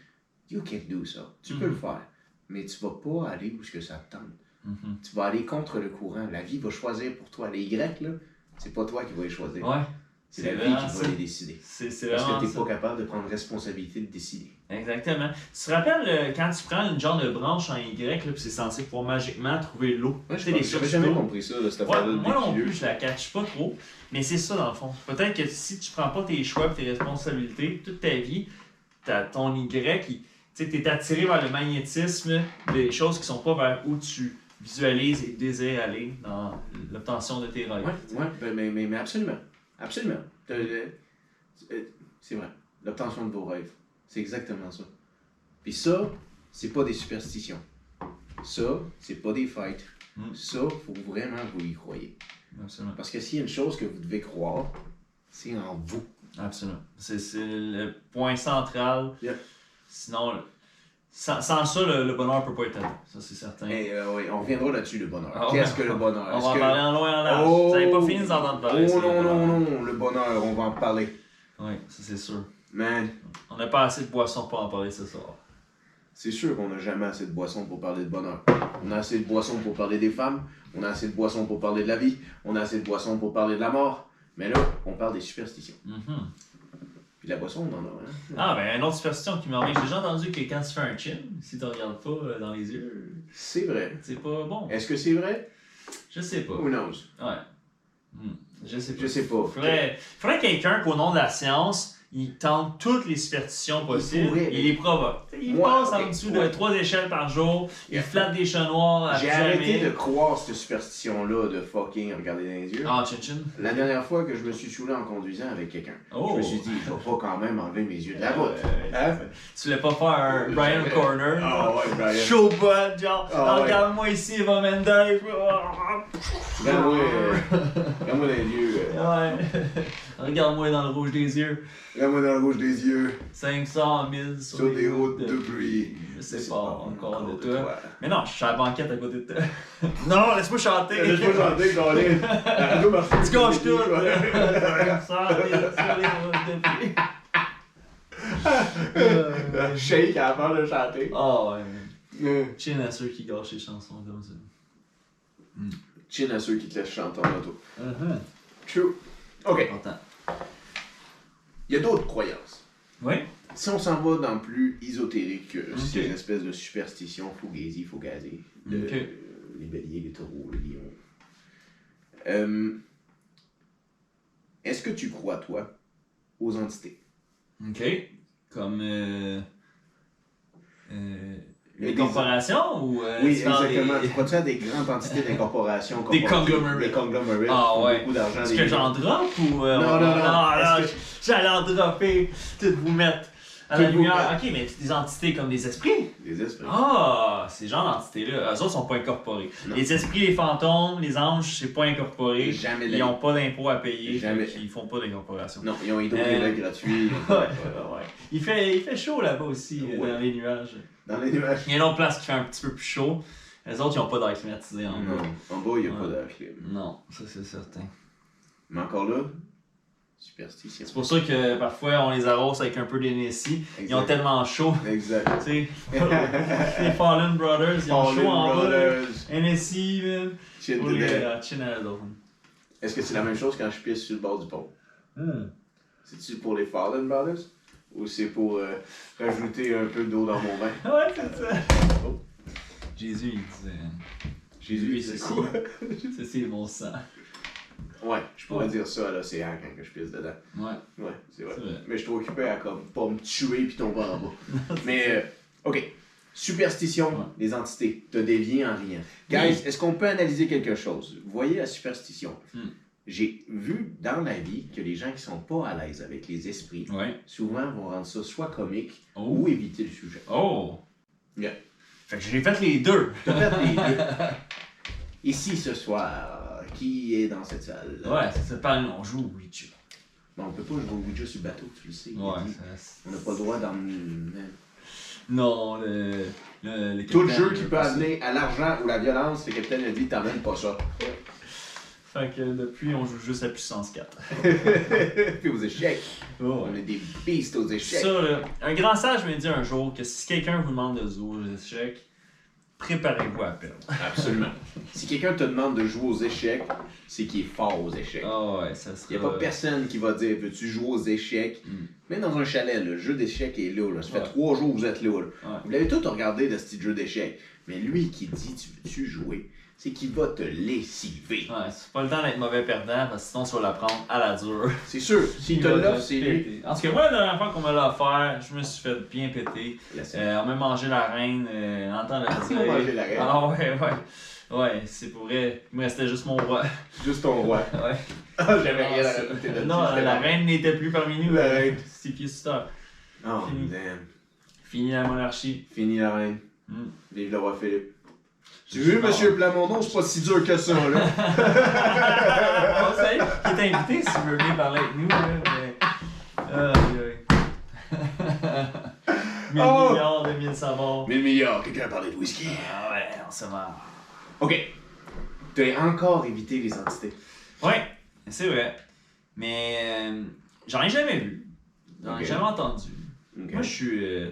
S1: you can do ça. Tu peux
S2: Mhm.
S1: le faire. Mais tu vas pas aller où ce que ça te tente.
S2: Mhm.
S1: Tu vas aller contre le courant. La vie va choisir pour toi. Les Y, là, c'est pas toi qui vas les choisir.
S2: Mm-hmm. Ouais,
S1: c'est
S2: c'est
S1: la vie
S2: vraiment
S1: qui
S2: ça.
S1: va les décider.
S2: c'est c'est
S1: Parce
S2: vraiment
S1: que t'es
S2: ça.
S1: pas capable de prendre responsabilité de décider.
S2: Exactement. Tu te rappelles euh, quand tu prends une genre de branche en Y, là, puis c'est censé pouvoir magiquement trouver l'eau.
S1: Moi, je
S2: Tu sais, les
S1: n'avais
S2: sources
S1: jamais
S2: d'eau.
S1: compris ça, là, cette
S2: Ouais,
S1: affaire-là.
S2: moi
S1: depuis
S2: non
S1: vieux.
S2: plus, je la catch pas trop, mais c'est ça dans le fond. Peut-être que si tu prends pas tes choix, pis tes responsabilités, toute ta vie, t'as ton Y, il- tu sais, t'es attiré vers le magnétisme des choses qui sont pas vers où tu visualises et désires aller dans l'obtention de tes rêves.
S1: Ouais, ouais, ben, mais, mais, mais absolument. Absolument. T'as le- euh, C'est vrai. L'obtention de vos rêves. C'est exactement ça. Puis ça, c'est pas des superstitions. Ça, c'est pas des fêtes.
S2: Mm.
S1: Ça, faut vraiment que vous y croyez.
S2: Absolument.
S1: Parce que s'il y a une chose que vous devez croire, c'est en vous.
S2: Absolument. C'est c'est le point central.
S1: Yeah.
S2: Sinon, sans, sans ça, le, le bonheur peut pas être atteint. Ça, c'est certain.
S1: Et, euh, oui, on reviendra là-dessus, le bonheur.
S2: Ah ouais.
S1: Qu'est-ce que le bonheur?
S2: On
S1: Est-ce
S2: va en
S1: que-
S2: parler en loin et en large. Vous n'avez pas fini d'entendre parler.
S1: Oh non, non, non, le bonheur, on va en parler.
S2: Oui, ça c'est sûr.
S1: Man,
S2: On n'a pas assez de boissons pour en parler ce soir.
S1: C'est sûr qu'on n'a jamais assez de boissons pour parler de bonheur. On a assez de boissons pour parler des femmes, on a assez de boissons pour parler de la vie, on a assez de boissons pour parler de la mort. Mais là, on parle des superstitions.
S2: Mhm.
S1: Puis la boisson, on en a. Hein?
S2: Ah, ben, une autre superstition qui m'en vient. J'ai déjà entendu que quand tu fais un chin, si tu regardes pas euh, dans les yeux,
S1: C'est vrai.
S2: c'est pas bon.
S1: Est-ce que c'est vrai?
S2: Je sais pas.
S1: Who knows?
S2: Ouais. Hmm. Je sais pas.
S1: Je sais pas.
S2: Faudrait, faudrait quelqu'un qu'au nom de la science, il tente toutes les superstitions possibles
S1: pourrait,
S2: et
S1: mais-
S2: il les provoque. Il
S1: Ouais,
S2: passe
S1: ok,
S2: en dessous
S1: ouais.
S2: de trois échelles par jour,
S1: Yeah.
S2: il flatte des chats noirs à
S1: J'ai
S2: jamais.
S1: arrêté de croire cette superstition-là de fucking regarder dans les yeux.
S2: Ah, chin chin.
S1: La dernière fois que je me suis saoulé en conduisant avec quelqu'un,
S2: Oh. Euh,
S1: je me suis dit, je vais pas quand même enlever mes yeux de la route.
S2: Ouais.
S1: Hein?
S2: Tu voulais pas faire un
S1: Ouais.
S2: Brian Corner?
S1: Ah ouais, Brian.
S2: Show genre,
S1: Ah ouais.
S2: regarde-moi ici, il va m'aider.
S1: Regarde-moi euh, regarde-moi dans les yeux. euh,
S2: Ouais. regarde-moi dans le rouge des yeux.
S1: Regarde-moi dans le rouge des yeux.
S2: 500 000 sur,
S1: Sur
S2: les
S1: des routes de pluie.
S2: Je
S1: C'est
S2: sais pas encore de toi. Mais non, je suis à la banquette à côté de toi. non, laisse-moi chanter.
S1: Laisse-moi chanter, Colin. La radio marche.
S2: Tu gâches tout. Comme ça, t'es sur les routes de pluie.
S1: Euh, Shake avant de chanter.
S2: Ah ouais.
S1: Euh,
S2: Chin à ceux qui gâchent les chansons comme ça.
S1: Chin à ceux qui te laissent chanter en auto.
S2: Uh-huh.
S1: True. Ok.
S2: Important.
S1: Il y a d'autres croyances.
S2: Oui?
S1: Si on s'en va dans le plus ésotérique, euh,
S2: Ok.
S1: c'est une espèce de superstition fugazi, fugazi. De,
S2: Ok.
S1: euh, les béliers, les taureaux, les lions. Euh, Est-ce que tu crois, toi, aux entités
S2: Ok. Comme. Euh, euh,
S1: Il y a
S2: les
S1: des-
S2: corporations ou. euh,
S1: Oui,
S2: tu parles des-
S1: exactement. Tu crois-tu à des grandes entités d'incorporation
S2: Des conglomerates.
S1: Des conglomerates.
S2: Ah,
S1: qui font
S2: ouais.
S1: Beaucoup d'argent.
S2: Est-ce
S1: des-
S2: que j'en drop ou. euh,
S1: Non,
S2: on-
S1: non, non.
S2: là,
S1: Est-ce que-
S2: j- J'allais en dropper, tout vous mettre à la
S1: Tout vous
S2: lumière. Ok, mais c'est des entités comme des esprits.
S1: Des esprits.
S2: Ah, ces genres d'entités-là, eux autres sont pas incorporés.
S1: Non.
S2: Les esprits, les fantômes, les anges, c'est pas incorporé.
S1: Jamais de la
S2: Ils ont pas d'impôts à payer.
S1: Jamais.
S2: fait qu'ils Ils font pas d'incorporation.
S1: Non, ils ont
S2: Euh,
S1: hydro-Québec gratuit.
S2: Ouais, ouais, ouais. Il fait, il fait chaud là-bas aussi, euh,
S1: Ouais.
S2: dans les nuages.
S1: Dans les nuages.
S2: Il y a une autre place qui fait un petit peu plus chaud. Les autres, ils n'ont pas d'air climatisé en
S1: Non,
S2: bas.
S1: en bas, il n'y a
S2: Ouais.
S1: pas d'air clim.
S2: Non, ça c'est certain.
S1: Mais encore là, Superstition.
S2: C'est pour ça que parfois on les arrose avec un peu d'Hennessy. Ils ont tellement chaud.
S1: Exact.
S2: Tu sais, les Fallen Brothers, ils ont
S1: Fallen
S2: chaud en bas.
S1: Brothers,
S2: Hennessy, man.
S1: shit
S2: Pour
S1: to
S2: les
S1: death.
S2: euh, chin à la dauphin.
S1: Est-ce que c'est la même chose quand je pisse sur le bord du pont? Hmm. C'est-tu pour les Fallen Brothers? Ou c'est pour euh, rajouter un peu d'eau dans mon vin?
S2: Ouais, c'est ça.
S1: Oh.
S2: Jésus, il disait.
S1: Jésus,
S2: Oui,
S1: c'est
S2: c'est
S1: quoi?
S2: Ceci est mon sang.
S1: Ouais, je pourrais
S2: Ouais.
S1: dire ça à l'océan quand que je pisse dedans.
S2: Ouais,
S1: Ouais, c'est vrai.
S2: c'est vrai.
S1: Mais je suis trop occupé à comme pas me tuer puis tomber en bas. Mais euh, ok. Superstition,
S2: Ouais.
S1: les entités, te dévier en rien. Guys, est-ce qu'on peut analyser quelque chose? Voyez la superstition.
S2: Hmm.
S1: J'ai vu dans la vie que les gens qui sont pas à l'aise avec les esprits,
S2: Ouais.
S1: souvent vont rendre ça soit comique
S2: Oh.
S1: ou éviter le sujet.
S2: Oh.
S1: Yeah.
S2: Fait que j'ai fait les deux.
S1: T'as fait les deux. Ici ce soir, qui est dans cette salle?
S2: Ouais, c'est ça. Par on joue au Ouija.
S1: Mais on peut pas jouer au Ouija sur le bateau, tu le sais. il
S2: Ouais.
S1: dit.
S2: ça, c'est-
S1: On n'a pas le droit d'en.
S2: Non, le. le, le
S1: Tout le
S2: capitaine, euh,
S1: jeu qui
S2: il
S1: peut
S2: veut pas ça.
S1: amener à l'argent ou la violence, le capitaine a dit t'amènes pas ça.
S2: Fait que depuis, on joue juste à puissance 4.
S1: Puis aux échecs.
S2: Oh,
S1: On est des beasts aux échecs.
S2: Ça, là, un grand sage me dit un jour que si quelqu'un vous demande de jouer aux échecs, préparez-vous à perdre.
S1: Absolument. si quelqu'un te demande de jouer aux échecs, c'est qu'il est fort aux échecs.
S2: Ah ouais, ça serait.
S1: Il n'y a pas personne qui va dire veux-tu jouer aux échecs
S2: Mm.
S1: Même dans un chalet, le jeu d'échecs est là. là. Ça fait
S2: Ouais.
S1: trois jours que vous êtes là. là.
S2: Ouais.
S1: Vous l'avez tout regardé de ce petit jeu d'échecs. Mais lui qui dit tu veux-tu jouer, c'est qu'il va te lessiver.
S2: Ouais, c'est pas le temps d'être mauvais perdant, parce que sinon, tu vas l'apprendre à la dure.
S1: C'est sûr, s'il te l'offre, c'est lui.
S2: En tout cas, moi, la dernière fois qu'on me l'a offert, je me suis fait bien péter. Euh, on m'a mangé la reine, euh, en temps de
S1: Ah, On a mangé la reine.
S2: Ah ouais, ouais. Ouais, c'est pour vrai. Il me restait juste mon roi.
S1: Juste ton roi.
S2: Ouais.
S1: Ah, J'avais rien à rajouter là-dessus,
S2: Non,
S1: c'était
S2: la
S1: bon.
S2: reine n'était plus parmi nous.
S1: La
S2: euh,
S1: reine.
S2: Six pieds sous terre.
S1: Oh,
S2: Fini.
S1: damn.
S2: Fini la monarchie.
S1: Fini la reine.
S2: Mm.
S1: Vive le roi Philippe. Hmm. Tu
S2: Je
S1: veux,
S2: pars.
S1: monsieur Plamondon, c'est pas si dur que ça, là.
S2: Ah, bon, salut, qui est invité si vous voulez parler avec nous. Là, mais... Ah, oui, oui. Mille
S1: Oh!
S2: milliards de mille sabords.
S1: 1000 milliards, quelqu'un a parlé de whisky.
S2: Ah ouais, on se marre.
S1: Ok. T'as encore évité les entités.
S2: Ouais, c'est vrai. Mais euh, j'en ai jamais vu. J'en
S1: Ok.
S2: ai jamais entendu.
S1: Ok.
S2: Moi, je suis. euh,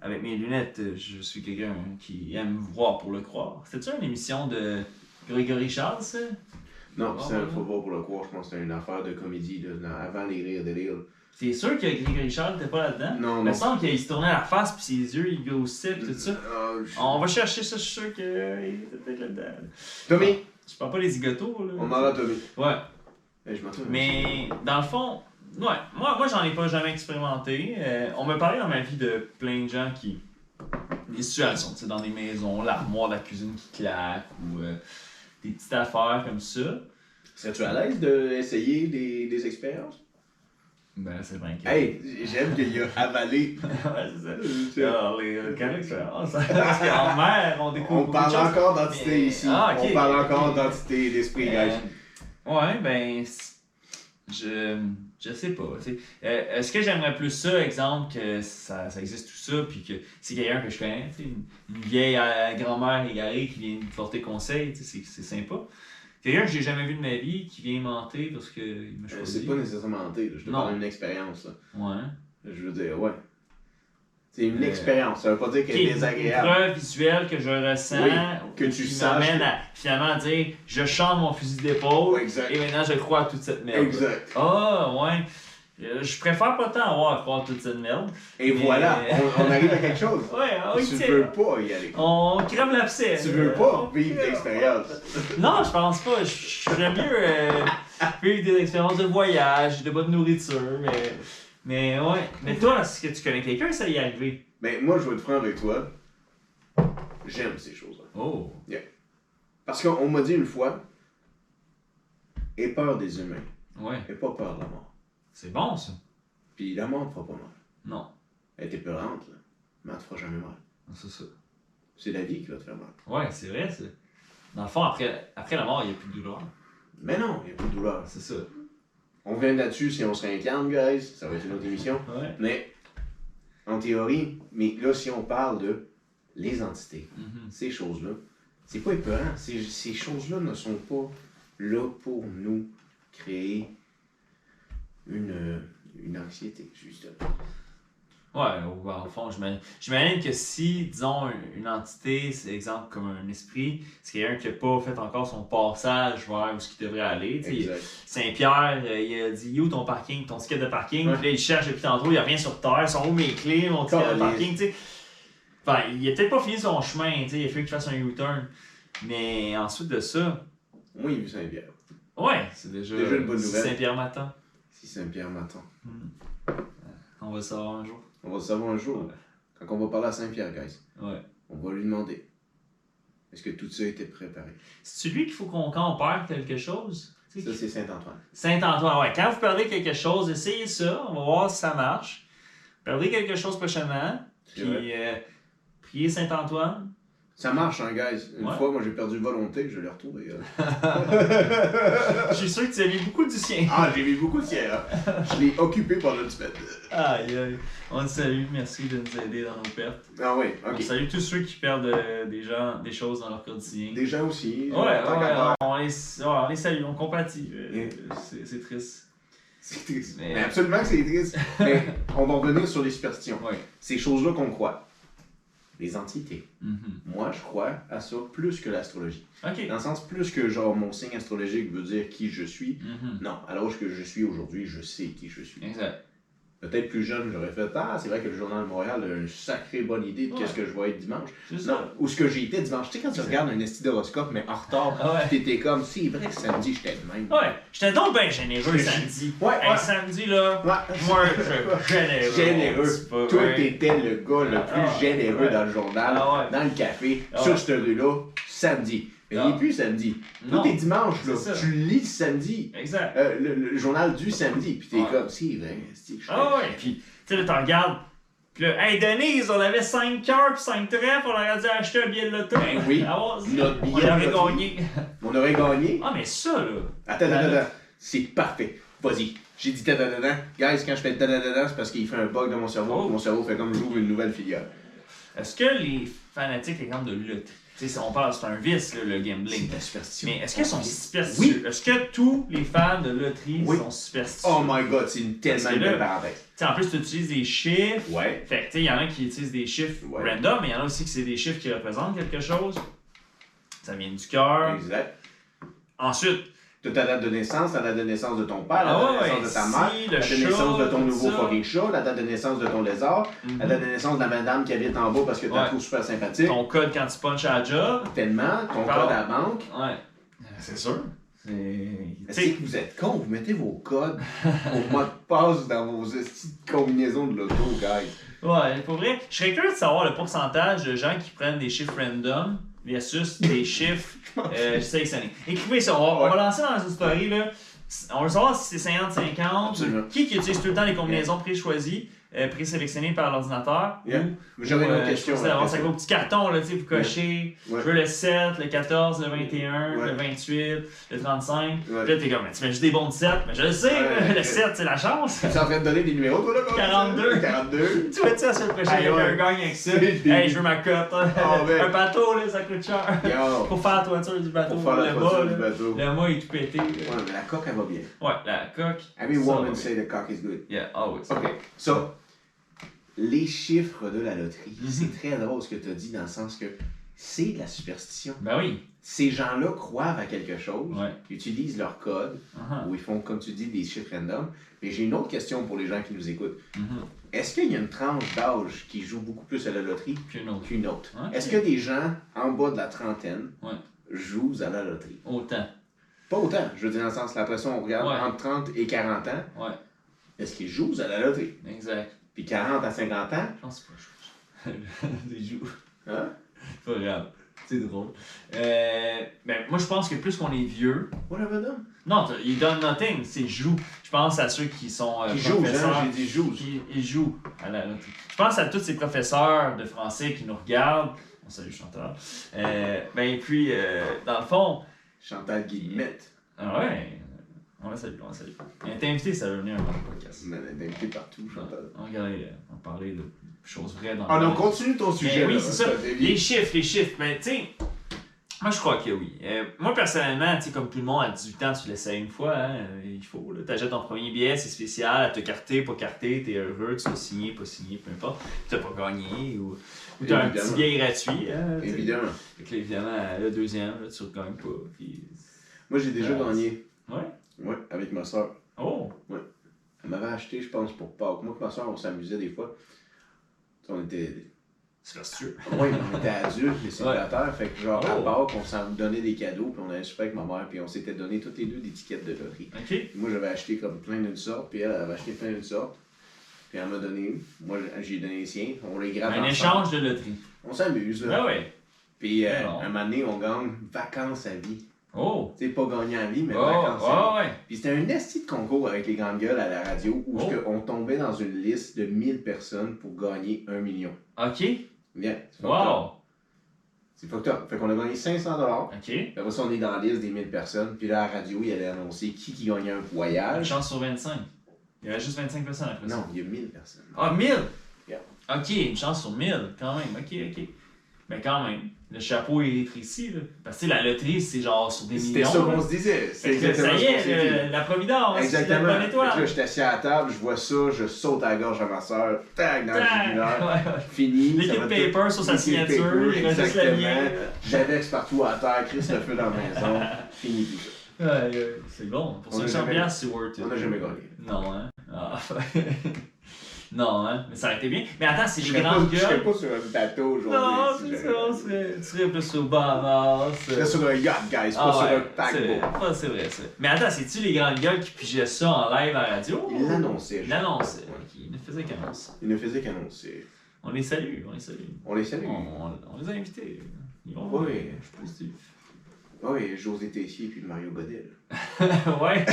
S2: avec mes lunettes, euh, je suis quelqu'un qui aime voir pour le croire. C'était-tu une émission de Grégory Charles, ça?
S1: Non, c'est un
S2: Ah,
S1: faut voir pour le croire, je pense que c'est une affaire de comédie, là, dans- avant les rires délire.
S2: C'est sûr que Grégory Charles n'était pas là-dedans.
S1: Non,
S2: Il me
S1: non.
S2: semble qu'il se tournait la face, puis ses yeux, ils grossissaient, puis tout ça.
S1: Ah, je-
S2: On va chercher ça, je suis sûr qu'il était peut-être là-dedans.
S1: Tommy,
S2: Je parle pas des zigotos, là.
S1: on en a Tommy.
S2: Ouais.
S1: Eh, je m'en souviens.
S2: Mais dans le fond, ouais, moi, moi j'en ai pas jamais expérimenté. Euh, on me parlait dans ma vie de plein de gens qui. Des situations, tu sais, dans des maisons, l'armoire de la cuisine qui claque ou euh, des petites affaires comme ça.
S1: Serais-tu à l'aise d'essayer des, des expériences?
S2: Ben, c'est bien que.
S1: Hey, j'aime qu'il a avalé.
S2: ouais, c'est ça.
S1: Euh,
S2: Alors, les euh, quelle expérience. Parce qu'en mer, on
S1: on
S2: découvre. beaucoup de
S1: parle
S2: choses.
S1: encore d'entité
S2: Mais-
S1: ici.
S2: Ah, ok,
S1: On parle
S2: ok.
S1: encore d'entité et d'esprit,
S2: Euh,
S1: guys.
S2: ouais, ben. c- Je. Je sais pas. tu sais. Euh, Est-ce que j'aimerais plus ça, exemple, que ça, ça existe tout ça, puis que c'est quelqu'un que je connais, tu sais, une, une vieille euh, grand-mère égarée qui vient me porter conseil, tu sais, c'est c'est sympa. Quelqu'un que j'ai jamais vu de ma vie qui vient mentir parce qu'il m'a
S1: Euh,
S2: choisi.
S1: C'est pas nécessairement hanté, là. je te
S2: Non.
S1: parle d'une expérience. là.
S2: Ouais.
S1: Je veux dire, ouais. C'est une
S2: Euh,
S1: expérience, ça veut pas dire qu'elle est
S2: Une- une
S1: désagréable.
S2: preuve visuelle que je ressens,
S1: Oui, que tu
S2: qui
S1: saches
S2: m'amène
S1: que-
S2: à finalement dire je chante mon fusil d'épaule
S1: Ouais, exact.
S2: et maintenant je crois à toute cette merde.
S1: Exact.
S2: Ah, ouais. Euh, Je préfère pas tant avoir à croire toute cette merde.
S1: Et
S2: Mais-
S1: voilà, on, on arrive à quelque chose.
S2: Ouais, ah oui,
S1: tu
S2: tu sais,
S1: veux pas y aller.
S2: On crève l'abcès. euh.
S1: Tu veux pas vivre l'expérience.
S2: Non, je pense pas. Je- J'aime mieux euh, vivre des expériences de voyage, de bonne nourriture, mais. Mais ouais. Mais toi, est-ce que tu connais quelqu'un, ça y est arrivé?
S1: Mais moi, je veux être franc avec toi. J'aime ces choses-là.
S2: Oh.
S1: Parce qu'on m'a dit une fois, aie peur des humains,
S2: Ouais.
S1: aie pas peur de la mort.
S2: C'est bon, ça.
S1: Puis la mort ne fera pas mal.
S2: Non.
S1: Elle était peurante, là, mais elle te fera jamais mal.
S2: Ah, C'est ça.
S1: C'est la vie qui va te faire mal.
S2: Ouais, c'est vrai, ça. Dans le fond, après, après la mort, il n'y a plus de douleur.
S1: Mais non, il n'y a plus de douleur.
S2: Ah, C'est ça.
S1: On vient là-dessus si on se réincarne, guys. Ça va être une autre émission.
S2: Ouais.
S1: Mais, en théorie, mais là, si on parle de les entités,
S2: Mhm.
S1: ces choses-là, c'est pas épeurant. Ces, ces choses-là ne sont pas là pour nous créer une, une anxiété, justement.
S2: Ouais, au, bah, au fond, j'imagine- j'imagine que si, disons, une- une entité, c'est exemple comme un esprit, c'est quelqu'un qui n'a pas fait encore son passage vers où ce qu'il devrait aller. tu sais.
S1: Exact.
S2: Saint-Pierre, euh, il a dit, You, ton parking, ton ticket de parking.
S1: Ouais.
S2: Puis là, il cherche depuis tantôt, il n'y a rien sur terre, sont où mes clés, mon ticket de
S1: Caliste.
S2: parking, tu sais. Enfin, il a peut-être pas fini son chemin, tu sais, il a fallu qu'il fasse un U-turn. Mais ensuite de ça,
S1: Oui, vu Saint-Pierre.
S2: ouais, c'est déjà,
S1: Déjà une bonne nouvelle.
S2: Saint-Pierre m'attend.
S1: Si Saint-Pierre m'attend.
S2: On va le savoir un jour.
S1: On va le savoir un jour.
S2: Ouais.
S1: Quand on va parler à Saint-Pierre, guys,
S2: Ouais.
S1: on va lui demander est-ce que tout ça était préparé
S2: C'est lui qu'il faut qu'on, quand on perd quelque chose. tu sais,
S1: Ça, c'est Saint-Antoine.
S2: Saint-Antoine, ouais. Quand vous perdez quelque chose, essayez ça. On va voir si ça marche. Perdez quelque chose prochainement.
S1: C'est
S2: Puis, euh, priez Saint-Antoine.
S1: Ça marche, hein, guys. Une
S2: Ouais.
S1: fois, moi, j'ai perdu volonté, je l'ai retrouvé. euh.
S2: Je suis sûr que tu as mis beaucoup du sien.
S1: ah, j'ai vu beaucoup de ciel. hein. Je l'ai occupé pendant une semaine.
S2: Aïe, aïe. On te salue. Merci de nous aider dans nos pertes.
S1: Ah oui,
S2: On
S1: ok.
S2: salue tous ceux qui perdent euh, des gens, des choses dans leur quotidien.
S1: Des gens aussi.
S2: Ouais,
S1: euh,
S2: ouais,
S1: tant qu'à faire.
S2: on, les, ouais, on les salue, on compatit. Euh, c'est, c'est triste.
S1: C'est triste.
S2: Mais-
S1: Mais... euh, absolument que c'est triste. Mais on va revenir sur les superstitions.
S2: Ouais.
S1: Ces choses-là qu'on croit. Les entités. Moi, je crois à ça plus que l'astrologie.
S2: Mhm. Ok.
S1: Dans le sens plus que genre mon signe astrologique veut dire qui je suis.
S2: Mhm.
S1: Non, à l'âge que je suis aujourd'hui, je sais qui je suis.
S2: Exact.
S1: Peut-être plus jeune, j'aurais fait Ah, c'est vrai que le Journal de Montréal a une sacrée bonne idée de
S2: Ouais.
S1: qu'est-ce que je vais être dimanche.
S2: C'est ça.
S1: Non, ou ce que j'ai été dimanche. Tu sais, quand tu
S2: Exact.
S1: regardes un esti d'horoscope, mais en retard,
S2: Ah ouais.
S1: pis t'es comme C'est vrai que samedi, j'étais le même.
S2: Ouais, j'étais donc bien
S1: Je-
S2: généreux samedi.
S1: Ouais,
S2: Hey,
S1: ouais.
S2: samedi là,
S1: Ouais.
S2: moi je généreux.
S1: Généreux.
S2: C'est pas
S1: Toi,
S2: vrai.
S1: t'étais le gars le plus
S2: Ah,
S1: généreux
S2: ouais.
S1: dans le journal,
S2: Ah, ouais.
S1: dans le café,
S2: Ah, ouais.
S1: sur cette rue-là, samedi. Mais
S2: Ah.
S1: il est plus samedi.
S2: Non.
S1: Toi, t'es dimanche, là.
S2: C'est ça.
S1: Tu lis le samedi.
S2: Exact.
S1: euh, le, le journal du samedi. Puis t'es
S2: Ouais.
S1: comme, si, vrai, c'est je
S2: Ah ouais, puis tu sais, là, t'en regardes. Pis là, hey Denise, on avait 5 cœurs pis 5 trèfles, on aurait dû acheter un billet de loto.
S1: Ben oui.
S2: Ah ouais,
S1: Notre
S2: on
S1: billet de
S2: aurait
S1: loto.
S2: gagné.
S1: On aurait gagné.
S2: Ah, mais ça là.
S1: Attends,
S2: La
S1: attends,
S2: note.
S1: attends. C'est parfait. Vas-y. J'ai dit tadadadam. Guys, quand je fais tadadadam, c'est parce qu'il fait un bug dans mon cerveau.
S2: Oh.
S1: puis Mon cerveau fait comme j'ouvre une nouvelle filiale.
S2: Est-ce que les fanatiques, exemple, de lutte, tu sais, on parle, c'est un vice là, le gambling.
S1: la superstition.
S2: Mais est-ce qu'ils sont superstitieux? Est-ce que tous les fans de loterie
S1: Oui.
S2: sont superstitieux?
S1: Oh my god, c'est une tellement
S2: Parce que
S1: belle
S2: là-
S1: parenthèse.
S2: Tu sais, en plus, tu utilises des chiffres.
S1: Ouais.
S2: Fait que, tu sais, il y en a qui utilisent des chiffres
S1: Ouais.
S2: random, mais il y en a aussi qui c'est des chiffres qui représentent quelque chose. Ça vient du cœur.
S1: Exact.
S2: Ensuite,
S1: de ta date de naissance, la date de naissance de ton père, la
S2: Ah
S1: date
S2: ouais,
S1: de naissance de ta
S2: si,
S1: mère,
S2: le
S1: la date de naissance
S2: chat,
S1: de ton
S2: tout
S1: nouveau
S2: ça. Mm-hmm.
S1: fucking chat, la date de naissance de ton lézard, la date de naissance de la madame qui habite en bas parce que t'as
S2: Ouais.
S1: trouves super sympathique,
S2: ton code quand tu punches à la job.
S1: tellement, ton
S2: Pardon.
S1: code à la banque.
S2: Ouais. C'est sûr. C'est.
S1: Mais
S2: Tu
S1: C'est
S2: sais,
S1: que vous êtes cons, vous mettez vos codes, vos mots de passe dans vos esti de combinaisons de l'auto, guys.
S2: ouais, pour vrai, je serais curieux de savoir le pourcentage de gens qui prennent des chiffres random versus des chiffres euh, sélectionnés. Écrivez ça, on va, on va
S1: Ouais.
S2: lancer dans une story, là. On veut savoir si c'est 50-50,
S1: Absolument.
S2: qui, qui utilise tout le temps les combinaisons pré-choisies, euh, pré-sélectionnées par l'ordinateur,
S1: Yeah.
S2: ou
S1: Hein? J'aurais une
S2: Ouais,
S1: autre question.
S2: Je pense
S1: après
S2: d'avoir
S1: ça.
S2: ça avec vos petits cartons, là, tu sais, vous cochez.
S1: Ouais.
S2: Je veux le 7, le 14, le 21,
S1: Ouais.
S2: le 28, le 35.
S1: Ouais.
S2: Puis là, t'es comme, mais tu mets juste des bons de 7. Mais je le sais,
S1: Ouais,
S2: là, le
S1: ouais.
S2: 7, c'est la chance.
S1: Tu es en train de donner des numéros, toi, là, comme
S2: 42.
S1: 42.
S2: tu vois, tu sais, la semaine prochaine,
S1: Aïe,
S2: quelqu'un
S1: Ben, ouais.
S2: gagne avec ça.
S1: C'est le début.
S2: Hey, je veux ma cote. hein.
S1: Ah, ouais.
S2: Un bateau, là, ça coûte cher.
S1: Yo,
S2: Pour faire la toiture du bateau,
S1: pour faire la
S2: le
S1: toiture
S2: mât,
S1: du
S2: là.
S1: bateau.
S2: Le mât est tout pété. là.
S1: Ouais, mais la coque, elle va bien.
S2: Ouais, la coque.
S1: Every
S2: ça
S1: woman
S2: va bien.
S1: say the cock is good.
S2: Yeah, always.
S1: OK. So, les chiffres de la loterie,
S2: Mhm.
S1: c'est très drôle ce que tu as dit dans le sens que c'est de la superstition.
S2: Ben oui.
S1: Ces gens-là croient à quelque chose,
S2: Ouais.
S1: utilisent leur code,
S2: Uh-huh.
S1: ou ils font, comme tu dis, des chiffres random. Mais j'ai une autre question pour les gens qui nous écoutent.
S2: Mhm.
S1: Est-ce qu'il y a une tranche d'âge qui joue beaucoup plus à la loterie
S2: Puis une autre.
S1: qu'une autre?
S2: Ok.
S1: Est-ce que des gens en bas de la trentaine
S2: Ouais.
S1: jouent à la loterie?
S2: Autant.
S1: Pas autant. Je veux dire, dans le sens, la pression, on regarde
S2: Ouais.
S1: entre 30 et 40 ans,
S2: Ouais,
S1: est-ce qu'ils jouent à la loterie?
S2: exact.
S1: Puis 40 à 50 ans,
S2: Je pense pas. je pense. Des joues.
S1: hein?
S2: Pas grave. C'est drôle. Euh, ben, moi, je pense que plus qu'on est vieux.
S1: What have I done?
S2: Non, t'as- ils donnent nothing, c'est joue. Je pense à ceux qui sont euh,
S1: Qui joue,
S2: professeurs.
S1: hein? J'ai dit joue.
S2: qui- ils jouent Ah, à la loterie. Je pense à tous ces professeurs de français qui nous regardent. On salue Chantal. Euh, ben, puis, euh, dans le fond,
S1: Chantal Guillemette.
S2: ah ouais, on la salue, on la salue. Elle était invitée, ça va venir dans le podcast.
S1: On a invité partout, Chantal.
S2: On, regardait, euh, on parlait de choses vraies dans
S1: Ah
S2: le
S1: non, continue ton sujet.
S2: Ben oui,
S1: là,
S2: c'est ça.
S1: parce que-
S2: Les chiffres, les chiffres. Mais tu Ben, sais, Moi, je crois que oui. Euh, moi, personnellement, tu sais, comme tout le monde, à 18 ans, tu l'essaies une fois, hein, euh, il faut. là. T'achètes ton premier billet, c'est spécial, à te carter, pas carter, t'es heureux, tu vas signer, pas signer, peu importe. T'as pas gagné ou, ou t'as un
S1: Évidemment.
S2: petit billet gratuit. hein, tu sais.
S1: Évidemment.
S2: Fait que là, évidemment, le deuxième, là, tu regagnes pas. puis-
S1: Moi, j'ai déjà
S2: Ah,
S1: gagné.
S2: Ouais.
S1: Ouais, avec ma soeur.
S2: Oh!
S1: Elle m'avait acheté, je pense, pour Pâques. Moi, et ma soeur, on s'amusait des fois. Tu sais, On était.
S2: C'est fastueux.
S1: Oui, on était adultes, les célibataires. Fait que, genre, à
S2: Oh.
S1: Pâques, on s'en donnait des cadeaux, puis on allait super avec ma mère, puis on s'était donné toutes les deux des tickets de loterie.
S2: OK.
S1: Puis moi, j'avais acheté comme plein d'une sorte, puis elle elle avait acheté plein d'une sorte. Puis elle m'a donné une. Moi, j'ai donné les siens. On les gratte
S2: Un
S1: ensemble.
S2: échange de loterie.
S1: On s'amuse, là.
S2: Ah ouais.
S1: Puis, euh,
S2: Non.
S1: un moment donné, on gagne vacances à vie.
S2: Oh!
S1: Tu sais, pas gagné à vie,
S2: Oh!
S1: mais vacances à vie.
S2: Ah ouais!
S1: Puis c'était un esti de concours avec les grandes gueules à la radio où
S2: Oh.
S1: est-ce que on tombait dans une liste de 1000 personnes pour gagner 1 million.
S2: OK.
S1: Bien, c'est fucked up.
S2: Wow!
S1: C'est fucked up. Fait qu'on a gagné 500 dollars.
S2: OK.
S1: Après ça, on est dans la liste des 1000 personnes. Puis là, à la radio, il allait annoncer qui qui gagnait un
S2: Une
S1: voyage.
S2: chance sur 25. Il y avait juste 25 personnes après ça.
S1: Ah Non, il y a 1000 personnes.
S2: Ah, 1000!
S1: Yeah.
S2: Ok, une chance sur 1000, quand même. Ok, ok. Mais quand même, le chapeau est rétréci. Là. Parce que la loterie, c'est genre sur des
S1: C'était
S2: millions.
S1: ça qu'on
S2: là.
S1: se disait. C'est
S2: Fait que
S1: exactement
S2: ça y
S1: ce qu'on s'est dit.
S2: est, le- la providence, c'est la
S1: Exactement.
S2: bonne
S1: Fait que là,
S2: étoile.
S1: j'étais assis à la table, je vois ça, je saute à la gorge à ma soeur, tac, dans le jugulaire.
S2: Tac! Ouais, ouais.
S1: Fini.
S2: Liquid
S1: ça va
S2: paper
S1: tout-
S2: sur sa
S1: liquid
S2: signature,
S1: paper,
S2: il reste juste la mienne.
S1: exactement. J'avexe partout à terre, Chris le feu dans la maison. Fini tout ça.
S2: Ouais, ouais, c'est bon. Pour
S1: On a
S2: 500
S1: jamais-
S2: piastres, c'est worth it.
S1: On n'a jamais gagné.
S2: Non, hein. Ah. non, hein. Mais ça aurait été bien. Mais attends, c'est
S1: Je
S2: les
S1: serais pas,
S2: grandes
S1: je serais
S2: gueules.
S1: pas sur un bateau aujourd'hui.
S2: Non,
S1: si
S2: c'est ça,
S1: j'avais-
S2: on serait- tu serais plus au Bahamas.
S1: Je serais sur un yacht, guys, pas
S2: Ah
S1: sur
S2: ouais,
S1: un
S2: c'est
S1: paquebot.
S2: vrai. Ah, c'est vrai, ça. Mais attends, c'est-tu les grandes gueules qui pigeaient ça en live à la radio?
S1: Il l'annonçait.
S2: Ils l'annonçaient.
S1: Ouais.
S2: Ils ne faisaient qu'annoncer.
S1: Il ne faisait qu'annoncer.
S2: On les salue, on les salue.
S1: On les
S2: On,
S1: salue.
S2: on- on les a invités. Ils vont
S1: Oui.
S2: venir. Je suis positif.
S1: Ah Oui, José Tessier puis Mario Godel.
S2: ouais.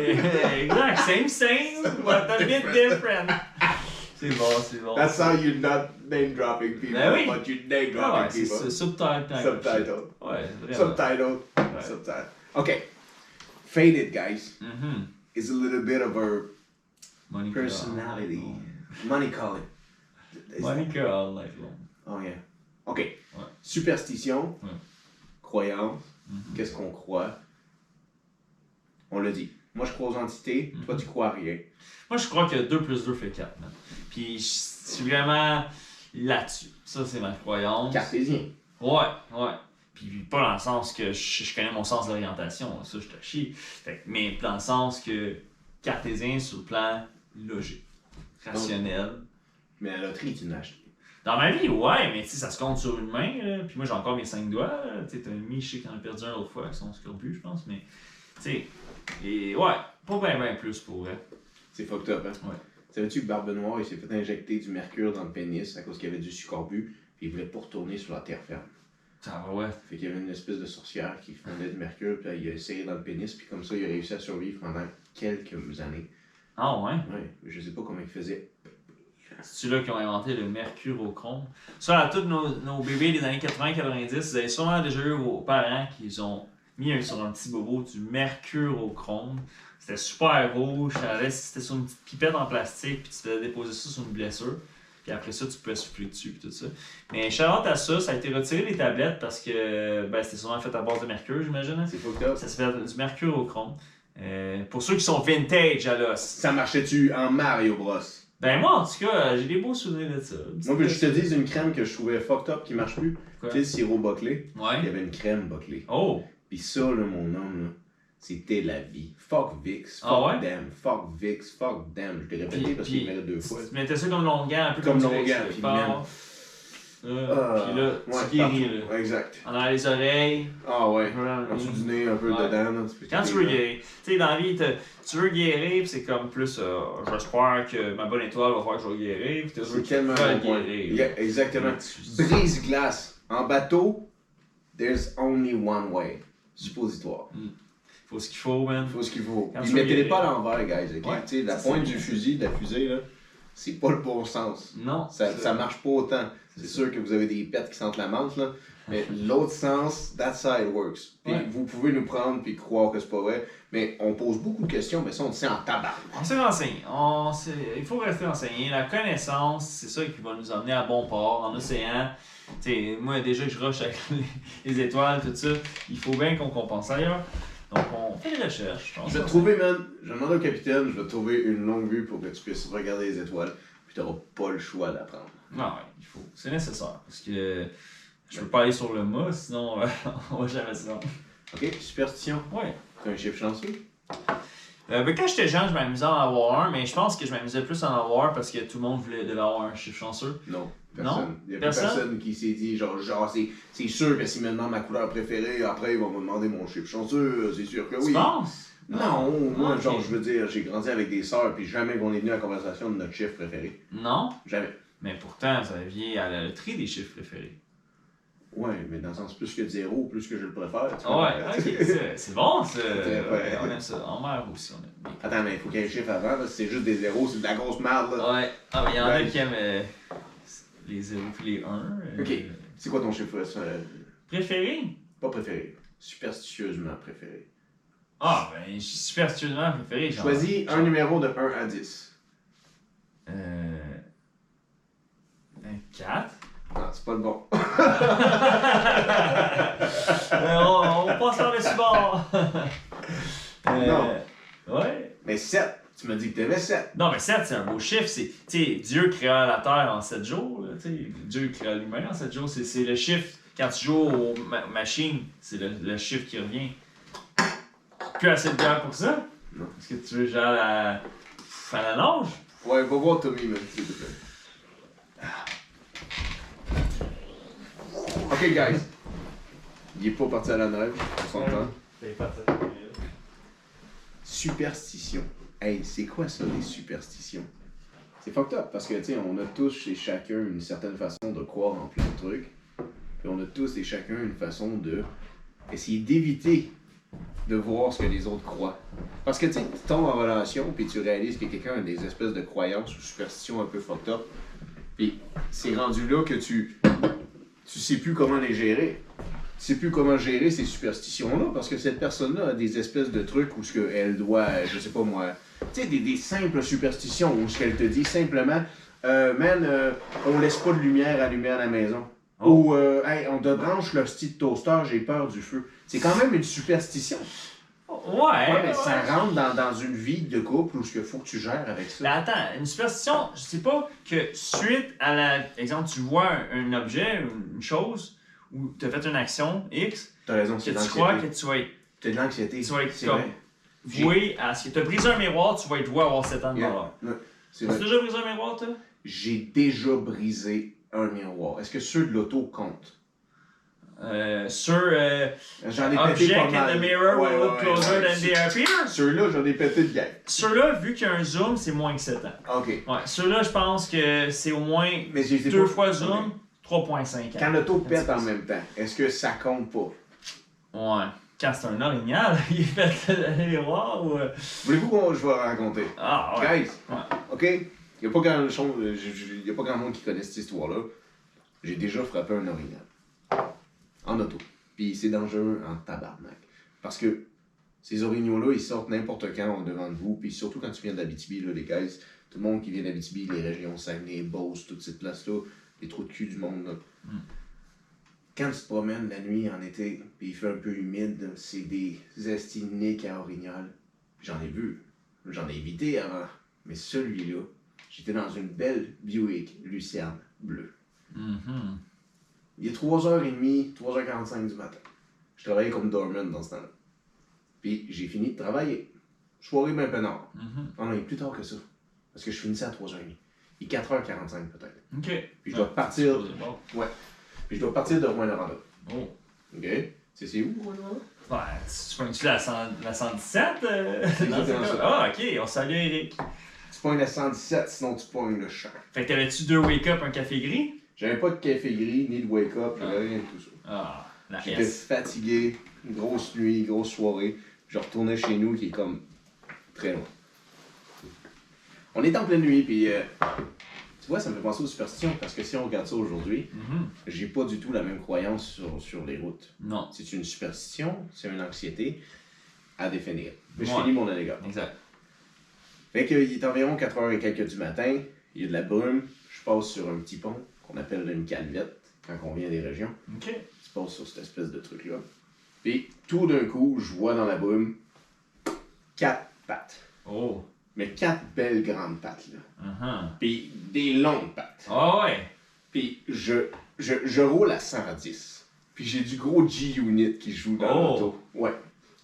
S2: Eh, exact. Same, same, but a bit different. C'est bon, c'est bon.
S1: That's how you not name dropping people,
S2: Ben oui.
S1: but you name
S2: Ah ouais,
S1: dropping
S2: c'est
S1: people.
S2: ça. Subtitle.
S1: Subtitle.
S2: Ouais, vraiment.
S1: Subtitle.
S2: Ouais.
S1: Subtitle. Okay. Faded, guys,
S2: Mhm.
S1: is a little bit of a
S2: Monica.
S1: personality. Money calling. Is that-
S2: Monica, all life long.
S1: Oh yeah. OK.
S2: Ouais.
S1: Superstition,
S2: Ouais.
S1: croyance,
S2: Mhm.
S1: qu'est-ce qu'on croit? On le dit. Moi, je crois aux entités, toi, tu crois à rien.
S2: Moi, je crois que 2 plus 2 fait 4. man. Puis, je suis vraiment là-dessus. Ça, c'est ma croyance.
S1: Cartésien.
S2: Ouais, ouais. Puis, puis pas dans le sens que je, je connais mon sens d'orientation. là. Ça, je te chie. Fait que- mais dans le sens que cartésien sur le plan logique, rationnel.
S1: Mais la loterie, tu l'achètes.
S2: Dans ma vie, ouais, mais tu sais, ça se compte sur une main. là. Puis moi, j'ai encore mes 5 doigts. là. Tu sais, t'as mis, je sais qu'il en a perdu un l'autre fois avec son scorbut, je pense. Mais, tu sais, et ouais, pas bien, bien plus pour vrai.
S1: C'est fucked up, hein?
S2: Ouais.
S1: Savais-tu que Barbe Noire, il s'est fait injecter du mercure dans le pénis à cause qu'il y avait du succombu, puis il voulait pas retourner sur la terre ferme.
S2: Ah, ouais.
S1: Fait qu'il y avait une espèce de sorcière qui fondait du mercure, puis il a essayé dans le pénis, puis comme ça, il a réussi à survivre pendant quelques années.
S2: Ah, ouais.
S1: Ouais, mais je sais pas comment il faisait.
S2: C'est là qui ont inventé le mercure au chrome. Ça, à tous nos, nos bébés des années 80-90, vous avez sûrement déjà eu vos parents qui ont mis un- sur un petit bobo du mercure au chrome. C'était super rouge, ça allait- c'était sur une petite pipette en plastique, puis tu devais déposer ça sur une blessure. Puis après ça, tu pouvais souffler dessus, puis tout ça. Mais Charlotte à ça, ça a été retiré des tablettes parce que ben, c'était sûrement fait à base de mercure, j'imagine. hein.
S1: C'est fucked up.
S2: Ça se fait du mercure au chrome. Euh, pour ceux qui sont vintage à l'os.
S1: Ça marchait-tu en Mario Bros?
S2: Ben moi, en tout cas, j'ai des beaux souvenirs de ça.
S1: Moi, que je te dise une crème que je trouvais fucked up qui marche plus. Tu
S2: Quoi? Hein?
S1: sais, le sirop boclé. Il y
S2: Ouais.
S1: avait une crème boclée.
S2: Oh!
S1: Puis ça, là, mon homme, là, c'était la vie. Fuck Vix. Fuck
S2: Ah ouais?
S1: them. Fuck Vix. Fuck them. Je l'ai répété
S2: Puis-
S1: parce qu'il
S2: puis-
S1: me deux
S2: Tu
S1: fois.
S2: tu mettais ça comme longueur, un peu
S1: Comme
S2: comme, tu
S1: longueur,
S2: fais
S1: puis
S2: avec
S1: même.
S2: le sport. Là, Euh, Puis là,
S1: Ah, ouais,
S2: tu guéris,
S1: partout.
S2: là.
S1: Exact.
S2: En arrière les oreilles.
S1: Ah ouais. En dessous du
S2: Quand
S1: nez, un peu
S2: Ouais.
S1: dedans. là, peux
S2: tu
S1: te
S2: veux
S1: guérir.
S2: guérir. Tu sais, dans la vie, t'as- tu veux guérir, puis c'est comme plus, euh, j'espère que ma bonne étoile va faire que je vais guérir, puis tu
S1: C'est
S2: veux
S1: tellement un
S2: vas
S1: bon point.
S2: guérir.
S1: Yeah, exactement. Brise-glace. En bateau, there's only one way. Suppositoire.
S2: Faut ce qu'il faut, man.
S1: Faut ce qu'il faut.
S2: Quand
S1: Puis
S2: tu veux
S1: mettez-les
S2: guérir.
S1: pas à l'envers, guys. ok?
S2: Ouais,
S1: Tu sais, la
S2: ça,
S1: pointe
S2: c'est
S1: du
S2: bien.
S1: fusil, de la fusée, là, c'est pas le bon sens.
S2: Non.
S1: Ça,
S2: c'est-
S1: ça marche pas autant. C'est
S2: C'est
S1: sûr que vous avez des pets qui sentent la menthe, là. Mais l'autre sens, that's how it works. Puis
S2: Ouais.
S1: vous pouvez nous prendre puis croire que c'est pas vrai. Mais on pose beaucoup de questions, mais ça, on le sait en tabac.
S2: On s'est renseigné. On s'est- Il faut rester renseigné. La connaissance, c'est ça qui va nous emmener à bon port, en océan. sais, moi, déjà que je rush avec les, les étoiles, tout ça, il faut bien qu'on compense ailleurs. Donc, on fait des recherches. on
S1: Je vais
S2: s'en
S1: te trouver, man. Je demande au capitaine, je vais te trouver une longue vue pour que tu puisses regarder les étoiles. Puis t'auras pas le choix d'apprendre.
S2: Non, ouais, il faut. C'est nécessaire. Parce que je peux pas aller sur le mât, sinon euh, on va jamais se rendre.
S1: Ok, superstition.
S2: Ouais.
S1: T'as un chiffre chanceux.
S2: Euh, ben, quand j'étais jeune, je m'amusais à en avoir un, mais je pense que je m'amusais plus à en avoir un parce que tout le monde voulait devait avoir un chiffre chanceux.
S1: Non.
S2: Non,
S1: Personne. Il y a plus
S2: personne.
S1: personne qui s'est dit, genre, genre c'est, c'est sûr que si maintenant ma couleur préférée, après ils vont me demander mon chiffre chanceux, c'est sûr que
S2: Tu
S1: oui.
S2: penses?
S1: Non, moi,
S2: Ah, ok.
S1: genre, je veux dire, j'ai grandi avec des sœurs, puis jamais qu'on est venu à la conversation de notre chiffre préféré.
S2: Non?
S1: Jamais.
S2: Mais pourtant, vous aviez à la loterie des chiffres préférés.
S1: Ouais, mais dans le sens plus que de zéro, plus que je le préfère. tu
S2: Ah ouais,
S1: comprends?
S2: ok, c'est- c'est bon ça.
S1: Ouais,
S2: Ouais,
S1: ouais.
S2: on aime ça. En mer aussi, on aime bien.
S1: Attends, mais il faut qu'il y ait un chiffre avant, parce que c'est juste des zéros, c'est de la grosse merde, là.
S2: Ouais, ah, mais il y en a
S1: Ouais.
S2: qui aiment euh, les 0 puis les euh, 1.
S1: Ok. C'est quoi ton chiffre euh,
S2: Préféré?
S1: Pas préféré. Superstitieusement préféré.
S2: Ah, ben, je suis superstitieusement préféré. genre.
S1: Choisis un numéro de 1 à 10.
S2: Euh. Un 4.
S1: Non, Ah, c'est pas le bon.
S2: Euh, on, on passe par le support. non. Ouais.
S1: Mais 7. Tu m'as dit que t'aimais 7.
S2: Non, mais 7, c'est un beau chiffre. C'est, tu sais, Dieu créa la terre en 7 jours. là, tu sais. Dieu créa l'humain en 7 jours. C'est, c'est le chiffre. Quand tu joues aux ma- machines, c'est le, le chiffre qui revient. Plus assez de bière pour ça?
S1: Non.
S2: Est-ce que tu veux genre la... à la longe?
S1: Ouais, va voir Tommy, man, s'il te plaît. Ah. Ok, guys. Il est pas parti à la neige, on s'entend. Superstition. Hey, c'est quoi ça, les superstitions? C'est fucked up, parce que, tu sais, on a tous chez chacun une certaine façon de croire en plein de trucs. Puis on a tous et chacun une façon de essayer d'éviter de voir ce que les autres croient. Parce que, tu sais, tu tombes en relation, puis tu réalises que quelqu'un a des espèces de croyances ou superstitions un peu fucked up. Puis c'est rendu là que tu... Tu sais plus comment les gérer sais plus comment gérer ces superstitions-là parce que cette personne-là a des espèces de trucs où ce qu'elle doit, euh, je sais pas moi, tu sais, des, des simples superstitions où ce qu'elle te dit simplement, euh, man, euh, on laisse pas de lumière allumée à la maison.
S2: Oh.
S1: Ou, euh, hey, on débranche le style toaster, j'ai peur du feu. C'est quand même une superstition.
S2: Oh, Ouais, Eh.
S1: Ouais, mais ça
S2: ouais.
S1: rentre dans, dans une vie de couple où ce que faut que tu gères avec
S2: Mais
S1: ça.
S2: attends, une superstition, je sais pas que suite à la. Exemple, tu vois un, un objet, une chose, ou tu as fait une action X,
S1: T'as raison,
S2: que
S1: c'est de
S2: tu crois que
S1: l'anxiété.
S2: tu vas être
S1: C'est de l'anxiété.
S2: Tu vas être
S1: C'est
S2: comme-
S1: vrai. J'ai-
S2: voué à ce que tu as ah, brisé un miroir, tu vas être voué à avoir 7 ans de
S1: Yeah.
S2: valeur.
S1: Ouais, c'est
S2: Tu as
S1: vrai.
S2: déjà brisé un miroir, toi
S1: J'ai déjà brisé un miroir. Est-ce que ceux de l'auto comptent?
S2: euh, Sur euh,
S1: J'en ai pété pas
S2: Object in
S1: mal.
S2: the Mirror
S1: Ouais,
S2: will
S1: ouais,
S2: look
S1: ouais,
S2: closer
S1: ouais.
S2: than they appear.
S1: Ceux-là, j'en ai pété de gang.
S2: Ceux-là, vu qu'il y a un zoom, c'est moins que 7 ans.
S1: OK.
S2: Ouais, ceux-là, je pense que c'est au moins
S1: Mais j'ai
S2: deux fois zoom, 3,5 ans.
S1: Quand le taux pète en
S2: Ouais.
S1: même temps, est-ce que ça compte pas?
S2: Ouais. Quand c'est un orignal, il fait le miroir ou. euh,
S1: Voulez-vous qu'on je vais raconter?
S2: Ah, ouais.
S1: Guys,
S2: Ouais.
S1: OK? Il n'y a, pas grand chose- j- j- y a pas grand monde qui connaît cette histoire-là. J'ai déjà frappé un orignal. En auto. Puis c'est dangereux en tabarnak. Parce que ces orignaux-là, ils sortent n'importe quand en devant de vous. Puis surtout quand tu viens d'Abitibi, là, les guys, tout le monde qui vient d'Abitibi, les régions Saguenay, Beauce, toutes ces places-là, les trous de cul du monde, là.
S2: Hmm.
S1: Quand tu te promènes la nuit en été, puis il fait un peu humide, c'est des estiniques à orignal. J'en ai vu. J'en ai évité avant, mais celui-là, j'étais dans une belle Buick Lucerne bleue.
S2: Mhm.
S1: Il est 3h30, 3h45 du matin. Je travaillais comme doorman dans ce temps-là. Puis j'ai fini de travailler. Soirée bien peinard.
S2: Mhm.
S1: Ah non, il est plus tard que ça. Parce que je finissais à 3h30. Il est 4h45 peut-être.
S2: Ok.
S1: Puis je dois partir.
S2: Bon.
S1: Ouais. Puis je dois partir de Rouen-Noranda.
S2: Oh.
S1: OK? C'est c'est où, Rouen-Noranda?
S2: Ouais, tu prends-tu la, cent- la 117? euh,
S1: C'est
S2: dans ce
S1: exactement
S2: cas-là? Ah, ok, on salue Eric.
S1: Tu pognes la 117, sinon tu pognes le champ.
S2: Fait que t'avais-tu deux wake-up, un café gris?
S1: J'avais pas de café gris, ni de wake-up, j'avais
S2: Ah.
S1: rien de tout ça.
S2: Ah, la
S1: J'étais
S2: S.
S1: fatigué, grosse nuit, grosse soirée. Je retournais chez nous qui est comme très loin. On est en pleine nuit, puis euh, tu vois, ça me fait penser aux superstitions parce que si on regarde ça aujourd'hui,
S2: Mhm.
S1: j'ai pas du tout la même croyance sur, sur les routes.
S2: Non,
S1: C'est une superstition, c'est une anxiété à définir. Mais je
S2: Ouais.
S1: finis mon anecdote.
S2: exact.
S1: Fait que, il est environ 4h et quelques du matin, il y a de la brume, je passe sur un petit pont qu'on appelle une calvette, quand on vient des régions,
S2: Ok.
S1: qui se passe sur cette espèce de truc-là. Puis tout d'un coup, je vois dans la brume quatre pattes.
S2: Oh.
S1: Mais quatre belles grandes pattes, là.
S2: Ah
S1: Puis des longues pattes.
S2: ah. Ah ouais.
S1: Puis je, je, je roule à 110. Puis j'ai du gros G-Unit qui joue dans
S2: Oh.
S1: l'auto. Ouais.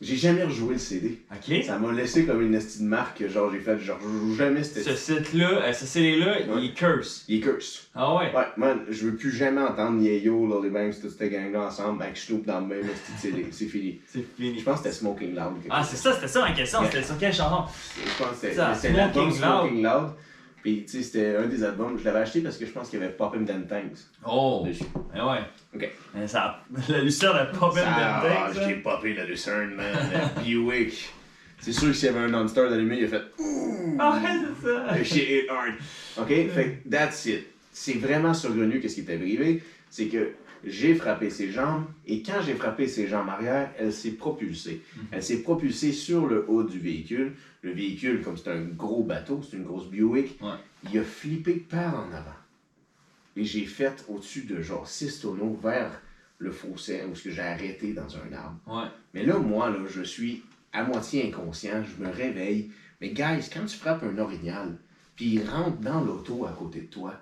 S1: J'ai jamais rejoué le CD.
S2: Ok.
S1: Ça m'a laissé comme une estime de marque. que Genre, j'ai fait, genre, je joue jamais cette
S2: Ce
S1: estime.
S2: site-là, euh, ce CD-là,
S1: Ouais.
S2: il est curse.
S1: Il est curse.
S2: Ah ouais.
S1: Ouais, man, je veux plus jamais entendre Yayo, Lolly Banks, toute cette gang-là ensemble, Ben, avec Snoop dans le même esti de CD. C'est fini.
S2: C'est
S1: Je
S2: fini.
S1: pense que c'était Smoking Loud. quelque
S2: Ah, c'est ça, c'était ça ma question. C'était sur quel chanson
S1: Je pense que c'était
S2: Ça,
S1: c'était l'album
S2: Smoking Loud.
S1: Smoking Loud. Puis, tu sais, c'était un des albums. Je l'avais acheté parce que je pense qu'il y avait Pop and Tanks
S2: Oh.
S1: dessus.
S2: Eh ouais.
S1: Ok.
S2: Eh, ça, la lucère de hein. Poppin'
S1: Ça, ah,
S2: Bentex.
S1: j'ai popé la lucerne, man. la Buick. C'est sûr que s'il y avait un non-star d'allumé, il a fait Ouh!
S2: Ah ouais, c'est ça.
S1: Le shit hit hard. OK? Fait que that's it. C'est vraiment survenu qu'est-ce qui est arrivé. C'est que j'ai frappé ses jambes et quand j'ai frappé ses jambes arrière, elle s'est propulsée. Elle s'est propulsée sur le haut du véhicule. Le véhicule, comme c'est un gros bateau, c'est une grosse Buick,
S2: Ouais.
S1: il a flippé par en avant. Et j'ai fait au-dessus de genre 6 tonneaux vers le fossé où ce que j'ai arrêté dans un arbre.
S2: Ouais.
S1: Mais là, moi, là, je suis à moitié inconscient, je me réveille. Mais guys, quand tu frappes un orignal, puis il rentre dans l'auto à côté de toi,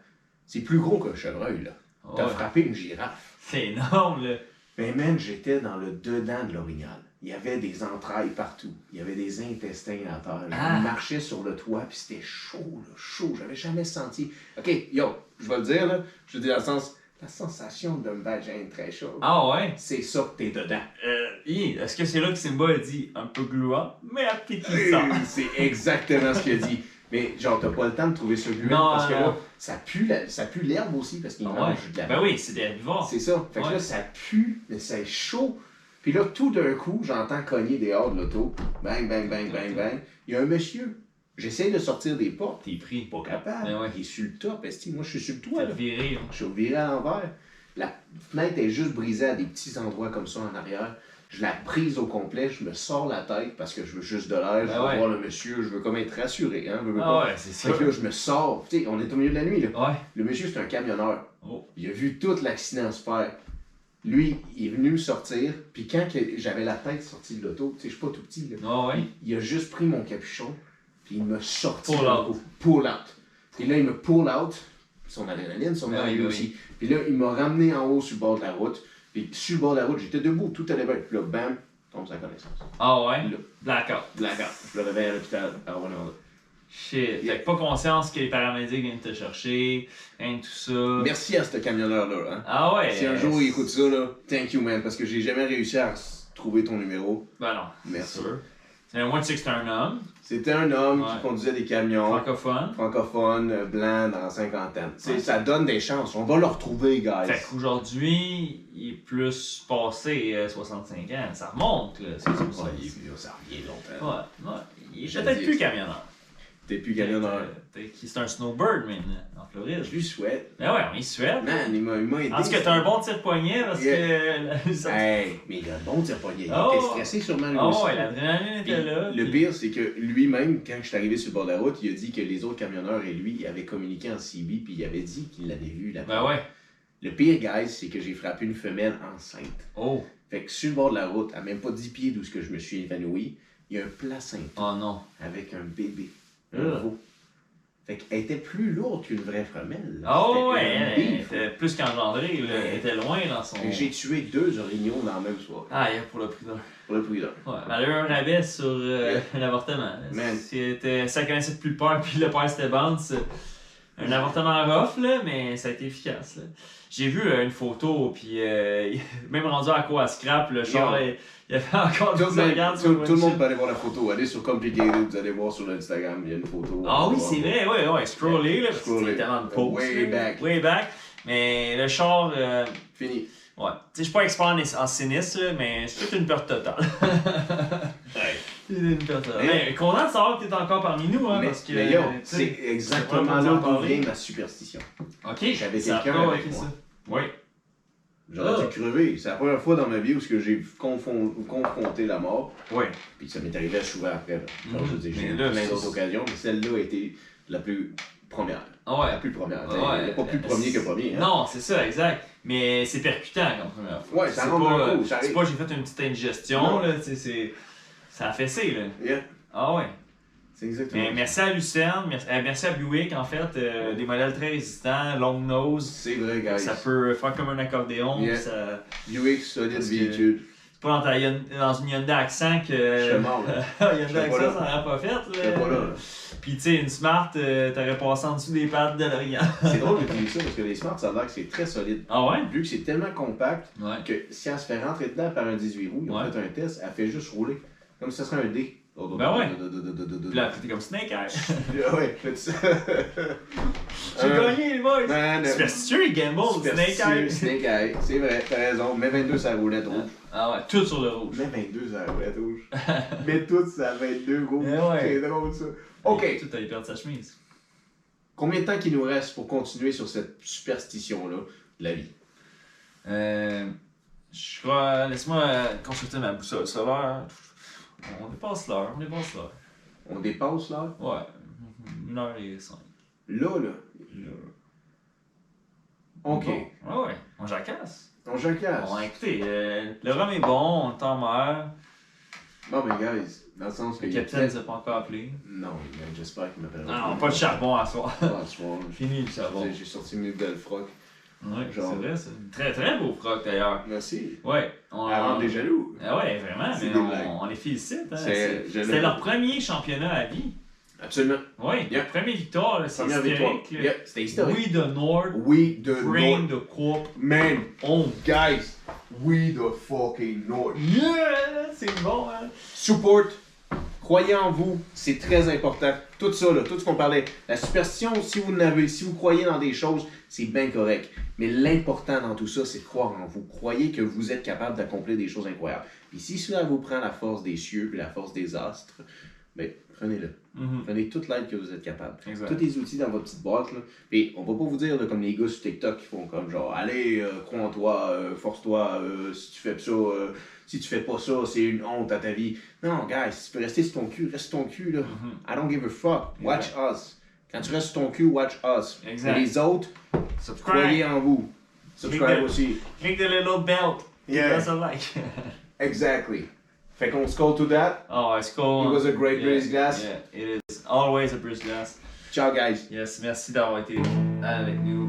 S1: c'est plus gros qu'un chevreuil, là. T'as
S2: Ouais.
S1: frappé une girafe.
S2: C'est énorme, là.
S1: Mais même, j'étais dans le dedans de l'orignal. Il y avait des entrailles partout. Il y avait des intestins à terre.
S2: Ah!
S1: Je marchais sur le toit, puis c'était chaud, là, chaud. J'avais jamais senti... OK, yo, je vais le dire, là. Je dis dans le sens... La sensation d'un vagin très chaud.
S2: Ah ouais.
S1: C'est ça que t'es dedans.
S2: Euh, hi, Est-ce que c'est là que Simba a dit un peu gluant, mais appétissant?
S1: Euh, C'est exactement ce qu'il a dit. Mais genre, t'as pas le temps de trouver ce gluant
S2: Non,
S1: parce que
S2: non.
S1: là, ça pue, la- ça pue l'herbe aussi parce qu'il
S2: Ah
S1: mange
S2: ouais.
S1: de la
S2: Ben oui, c'est des herbivores.
S1: C'est ça. Fait que
S2: Ouais.
S1: là, ça pue, mais c'est chaud. Puis là, tout d'un coup, j'entends cogner dehors de l'auto. Bang, bang, bang, bang, bang. Il y a un monsieur. J'essaye de sortir des portes.
S2: T'es pris.
S1: Pas capable.
S2: Ben ouais.
S1: Il est sur le top. esti. Moi, je suis sur le toit.
S2: T'as
S1: là.
S2: viré, hein? là.
S1: Je suis viré à l'envers. La fenêtre est juste brisée à des petits endroits comme ça en arrière. Je la prise au complet, je me sors la tête parce que je veux juste de l'air, je
S2: Ah
S1: veux
S2: ouais.
S1: voir le monsieur, je veux comme être rassuré. Hein, veux, veux
S2: Ah
S1: pas.
S2: ouais, c'est ça.
S1: Fait que là, je me sors. Tu sais, on est au milieu de la nuit. Là.
S2: Ouais.
S1: Le monsieur, c'est un camionneur.
S2: Oh.
S1: Il a vu tout l'accident se faire. Lui, il est venu me sortir, puis quand que j'avais la tête sortie de l'auto, tu sais, je suis pas tout petit, là,
S2: Ah ouais.
S1: il a juste pris mon capuchon, puis il m'a sorti.
S2: Pull
S1: de
S2: out.
S1: l'auto. Pull out. Puis là, il me pull out, son adrénaline, son
S2: Ben oui,
S1: arrivé
S2: ben
S1: aussi. Puis là, il m'a ramené en haut sur le bord de la route. Puis sur le bord de la route, j'étais debout, tout allait bien. Puis là, bam, tombe sa connaissance.
S2: Ah ouais.
S1: Là.
S2: Blackout.
S1: Blackout. Je le réveille à l'hôpital Ah, à Rwanda.
S2: Euh. Shit.
S1: Yeah.
S2: Fait que pas conscience que les paramédics viennent te chercher, rien de tout ça.
S1: Merci à ce camionneur-là. Hein.
S2: Ah ouais.
S1: Si un jour il écoute ça, là, thank you, man, parce que j'ai jamais réussi à s- trouver ton numéro.
S2: Ben non.
S1: Merci.
S2: C'est sûr. Mais Moi, tu sais que c'est un homme,
S1: C'était un homme
S2: Ouais.
S1: qui conduisait des camions.
S2: francophone.
S1: Francophone, euh, blanc, dans la cinquantaine. Tu sais,
S2: Ouais.
S1: Ça donne des chances. On va le retrouver, guys.
S2: Fait qu'aujourd'hui, il est plus passé euh, 65 ans. Ça remonte, là. C'est
S1: Ouais,
S2: ça.
S1: il est vieux, ça revient
S2: Ouais,
S1: longtemps.
S2: ouais. Il est
S1: Je
S2: peut-être
S1: dis-
S2: plus camionneur.
S1: T'es plus gagnant dans
S2: Euh, t'es- C'est un snowbird maintenant, en Floride.
S1: Je lui souhaite.
S2: Ben ouais, on y souhaite.
S1: Man, il m'a il m'a aidé.
S2: En tout cas, t'as un bon tir de poignet parce que.
S1: Hey, mais il a un bon tir poignet. Il
S2: Oh!
S1: était stressé sûrement lui
S2: oh
S1: aussi.
S2: ouais, l'adrénaline
S1: Puis
S2: était là.
S1: le
S2: puis-
S1: pire, c'est que lui-même, quand je suis arrivé sur le bord de la route, il a dit que les autres camionneurs et lui ils avaient communiqué en CB puis il avait dit qu'il l'avait vu là
S2: Ben ouais.
S1: Le pire, guys, c'est que j'ai frappé une femelle enceinte.
S2: Oh.
S1: Fait que sur le bord de la route, à même pas 10 pieds d'où ce que je me suis évanoui, il y a un placenta
S2: Oh non.
S1: avec un bébé.
S2: Ah.
S1: Un veau. Fait qu'elle était plus lourde qu'une vraie femelle.
S2: Oh ouais,
S1: C'était un
S2: elle
S1: beef.
S2: était plus qu'engendrée, là. Elle était loin dans son.
S1: Fait que J'ai tué deux orignons dans la même soirée.
S2: Ah, il y a pour le prix d'un.
S1: Pour le prix d'un.
S2: Ouais, mais elle a eu un rabais sur euh, l'avortement.
S1: Man.
S2: C'était, ça connaissait plus peur, puis le père c'était Bounce. Un avortement rough, là, mais ça a été efficace. là. J'ai vu euh, une photo, puis euh, même rendu à quoi à scrap, le genre,
S1: Yeah.
S2: il il y avait encore
S1: Tout,
S2: du
S1: le-
S2: regards
S1: tout-
S2: Ah, sur
S1: tout le monde
S2: windshield.
S1: peut aller voir la photo. Allez sur Complicated, vous allez voir sur l'Instagram, il y a une photo.
S2: Ah oui, c'est vrai, ouais, ouais, scroller, là, parce que
S1: Scroller.
S2: c'était tellement de pause.
S1: Way
S2: là,
S1: back.
S2: Way back. Mais le char, euh,
S1: Fini.
S2: ouais. Tu sais, je suis pas expert en, en sinistre, là, mais c'est toute une perte totale. C'est une perte totale.
S1: Mais-
S2: Mais content de savoir que t'es encore parmi nous, hein,
S1: Mais,
S2: parce que.
S1: mais yo,
S2: tu sais,
S1: c'est exactement
S2: vraiment
S1: là
S2: pas
S1: d'où
S2: parler.
S1: vient ma superstition.
S2: Ok,
S1: J'avais
S2: ça
S1: quelqu'un
S2: va,
S1: avec
S2: ok,
S1: moi.
S2: ça. Oui.
S1: J'aurais
S2: Ah.
S1: dû crever. C'est la première fois dans ma vie où ce que j'ai confon- confronté la mort.
S2: Oui.
S1: Puis ça m'est arrivé souvent après. là. Genre,
S2: Mhm.
S1: je veux dire,
S2: Mais
S1: j'ai eu
S2: là,
S1: plein
S2: c'est-
S1: d'autres occasions, mais celle-là a été la plus première.
S2: Ah ouais.
S1: La plus première.
S2: Ouais,
S1: T'sais, pas plus
S2: euh,
S1: premier que premier. hein.
S2: Non, c'est ça, exact. Mais c'est percutant comme première fois.
S1: Ouais, ça
S2: C'est
S1: rentre
S2: pas,
S1: dans le
S2: euh,
S1: coup, ça
S2: C'est
S1: arrive.
S2: pas j'ai fait une petite
S1: Non.
S2: indigestion, là, tu sais, c'est. Ça a fessé, là.
S1: Yeah,
S2: Ah ouais.
S1: c'est exactement
S2: Mais
S1: ça.
S2: Euh, merci à Lucerne, merci, euh, merci à Buick, en fait, euh, des modèles très résistants, long nose.
S1: C'est vrai, guys.
S2: Ça peut faire comme un accordéon.
S1: Yeah.
S2: puis ça-
S1: UX, solide
S2: Parce que-
S1: véhicule.
S2: C'est pas dans, ta Hyun- dans une Hyundai Accent que.
S1: J'étais mort, là.
S2: Hyundai
S1: J'étais pas là.
S2: Accent, ça n'aurait pas fait.
S1: J'étais pas là, là.
S2: Puis tu sais, une Smart, euh, t'aurais passé en dessous des pattes de l'Orient.
S1: C'est drôle d'utiliser ça parce que les Smart, ça a l'air que c'est très solide.
S2: Ah ouais?
S1: Vu que c'est tellement compact
S2: Ouais.
S1: que si elle se fait rentrer dedans par un 18 roues, ils ont
S2: Ouais.
S1: fait un test, elle fait juste rouler. Comme si ça serait un dé.
S2: Ben ouais. Puis là,
S1: ouais.
S2: t'es comme Snake Eyes.
S1: Ouais, faites ça.
S2: J'ai
S1: Euh,
S2: gagné, les boys!
S1: man, euh,
S2: Superstitieux et gamble, Snake
S1: superstitieux,
S2: Eyes!
S1: Snake Eye. C'est vrai, t'as raison. Mets 22 sur la roulette rouge.
S2: Ah ouais, tout sur le rouge.
S1: Mets 22 sur la roulette rouge. Mets tout sur la 22 rouge.
S2: Eh ouais.
S1: C'est drôle ça. Ok.
S2: Tout allait perdre sa chemise.
S1: Combien de temps qu'il nous reste pour continuer sur cette superstition-là de la vie?
S2: Euh. Je crois. Laisse-moi euh, consulter ma boussole solaire. On dépasse l'heure, on dépasse l'heure.
S1: On dépasse l'heure?
S2: Ouais. 1h05.
S1: Là, là. Ok.
S2: Bon. Ouais, ouais. On jacasse.
S1: On jacasse.
S2: Bon, écoutez, euh, le rhum est bon, on le temps meurt.
S1: Bon, mais guys, dans le sens que.
S2: Le capitaine ne s'est pas encore appelé.
S1: Non, mais j'espère qu'il m'appellera.
S2: Non, non, pas de charbon à soir.
S1: Pas de soir.
S2: Fini le charbon.
S1: J'ai- J'ai sorti mes belles frocs.
S2: Ouais, c'est
S1: Genre.
S2: vrai, c'est un très très beau froc d'ailleurs.
S1: Merci.
S2: Ouais. On,
S1: À rendre les jaloux.
S2: Ah ouais, vraiment,
S1: C'est
S2: mais
S1: des blagues.
S2: on, on les félicite. Hein.
S1: C'est-
S2: C'est-
S1: je le-
S2: C'était leur premier championnat à vie.
S1: Absolument.
S2: Oui,
S1: Yeah.
S2: leur première victoire, là, c'est
S1: Première victoire.
S2: historique. là.
S1: Yeah, C'était historique.
S2: We the North,
S1: We the
S2: Brain
S1: North.
S2: de Corp,
S1: Man,
S2: on.
S1: guys, we the fucking North.
S2: Yeah, c'est bon. Hein.
S1: Support. Croyez en vous, c'est très important. Tout ça, là, tout ce qu'on parlait. La superstition, si vous n'avez, si vous croyez dans des choses, c'est bien correct. Mais l'important dans tout ça, c'est de croire en vous. Croyez que vous êtes capable d'accomplir des choses incroyables. Puis si cela vous prend la force des cieux puis la force des astres, ben prenez-le.
S2: Mhm.
S1: Prenez toute l'aide que vous êtes capable.
S2: Exact.
S1: Tous les outils dans votre petite boîte, là. Puis on va pas vous dire, là, comme les gars sur TikTok qui font comme genre, allez, euh, crois en toi, euh, force-toi, euh, si tu fais ça, euh, si tu fais pas ça, c'est une honte à ta vie. Non, guys, si tu peux rester sur ton cul, reste sur ton cul, là.
S2: Mhm.
S1: I don't give a fuck. Watch us. Quand tu restes sur ton cul, watch us.
S2: Exact.
S1: Mais les autres,
S2: Subscribe,
S1: croyez en vous. Subscribe
S2: Clique de-
S1: aussi.
S2: click the little bell,
S1: Yeah.
S2: give us a like.
S1: Exactly. Fait qu'on se call to that.
S2: oh, it's cool.
S1: It was a great British glass.
S2: Yeah, it is always a British glass.
S1: Ciao, guys.
S2: Yes, merci d'avoir été avec nous.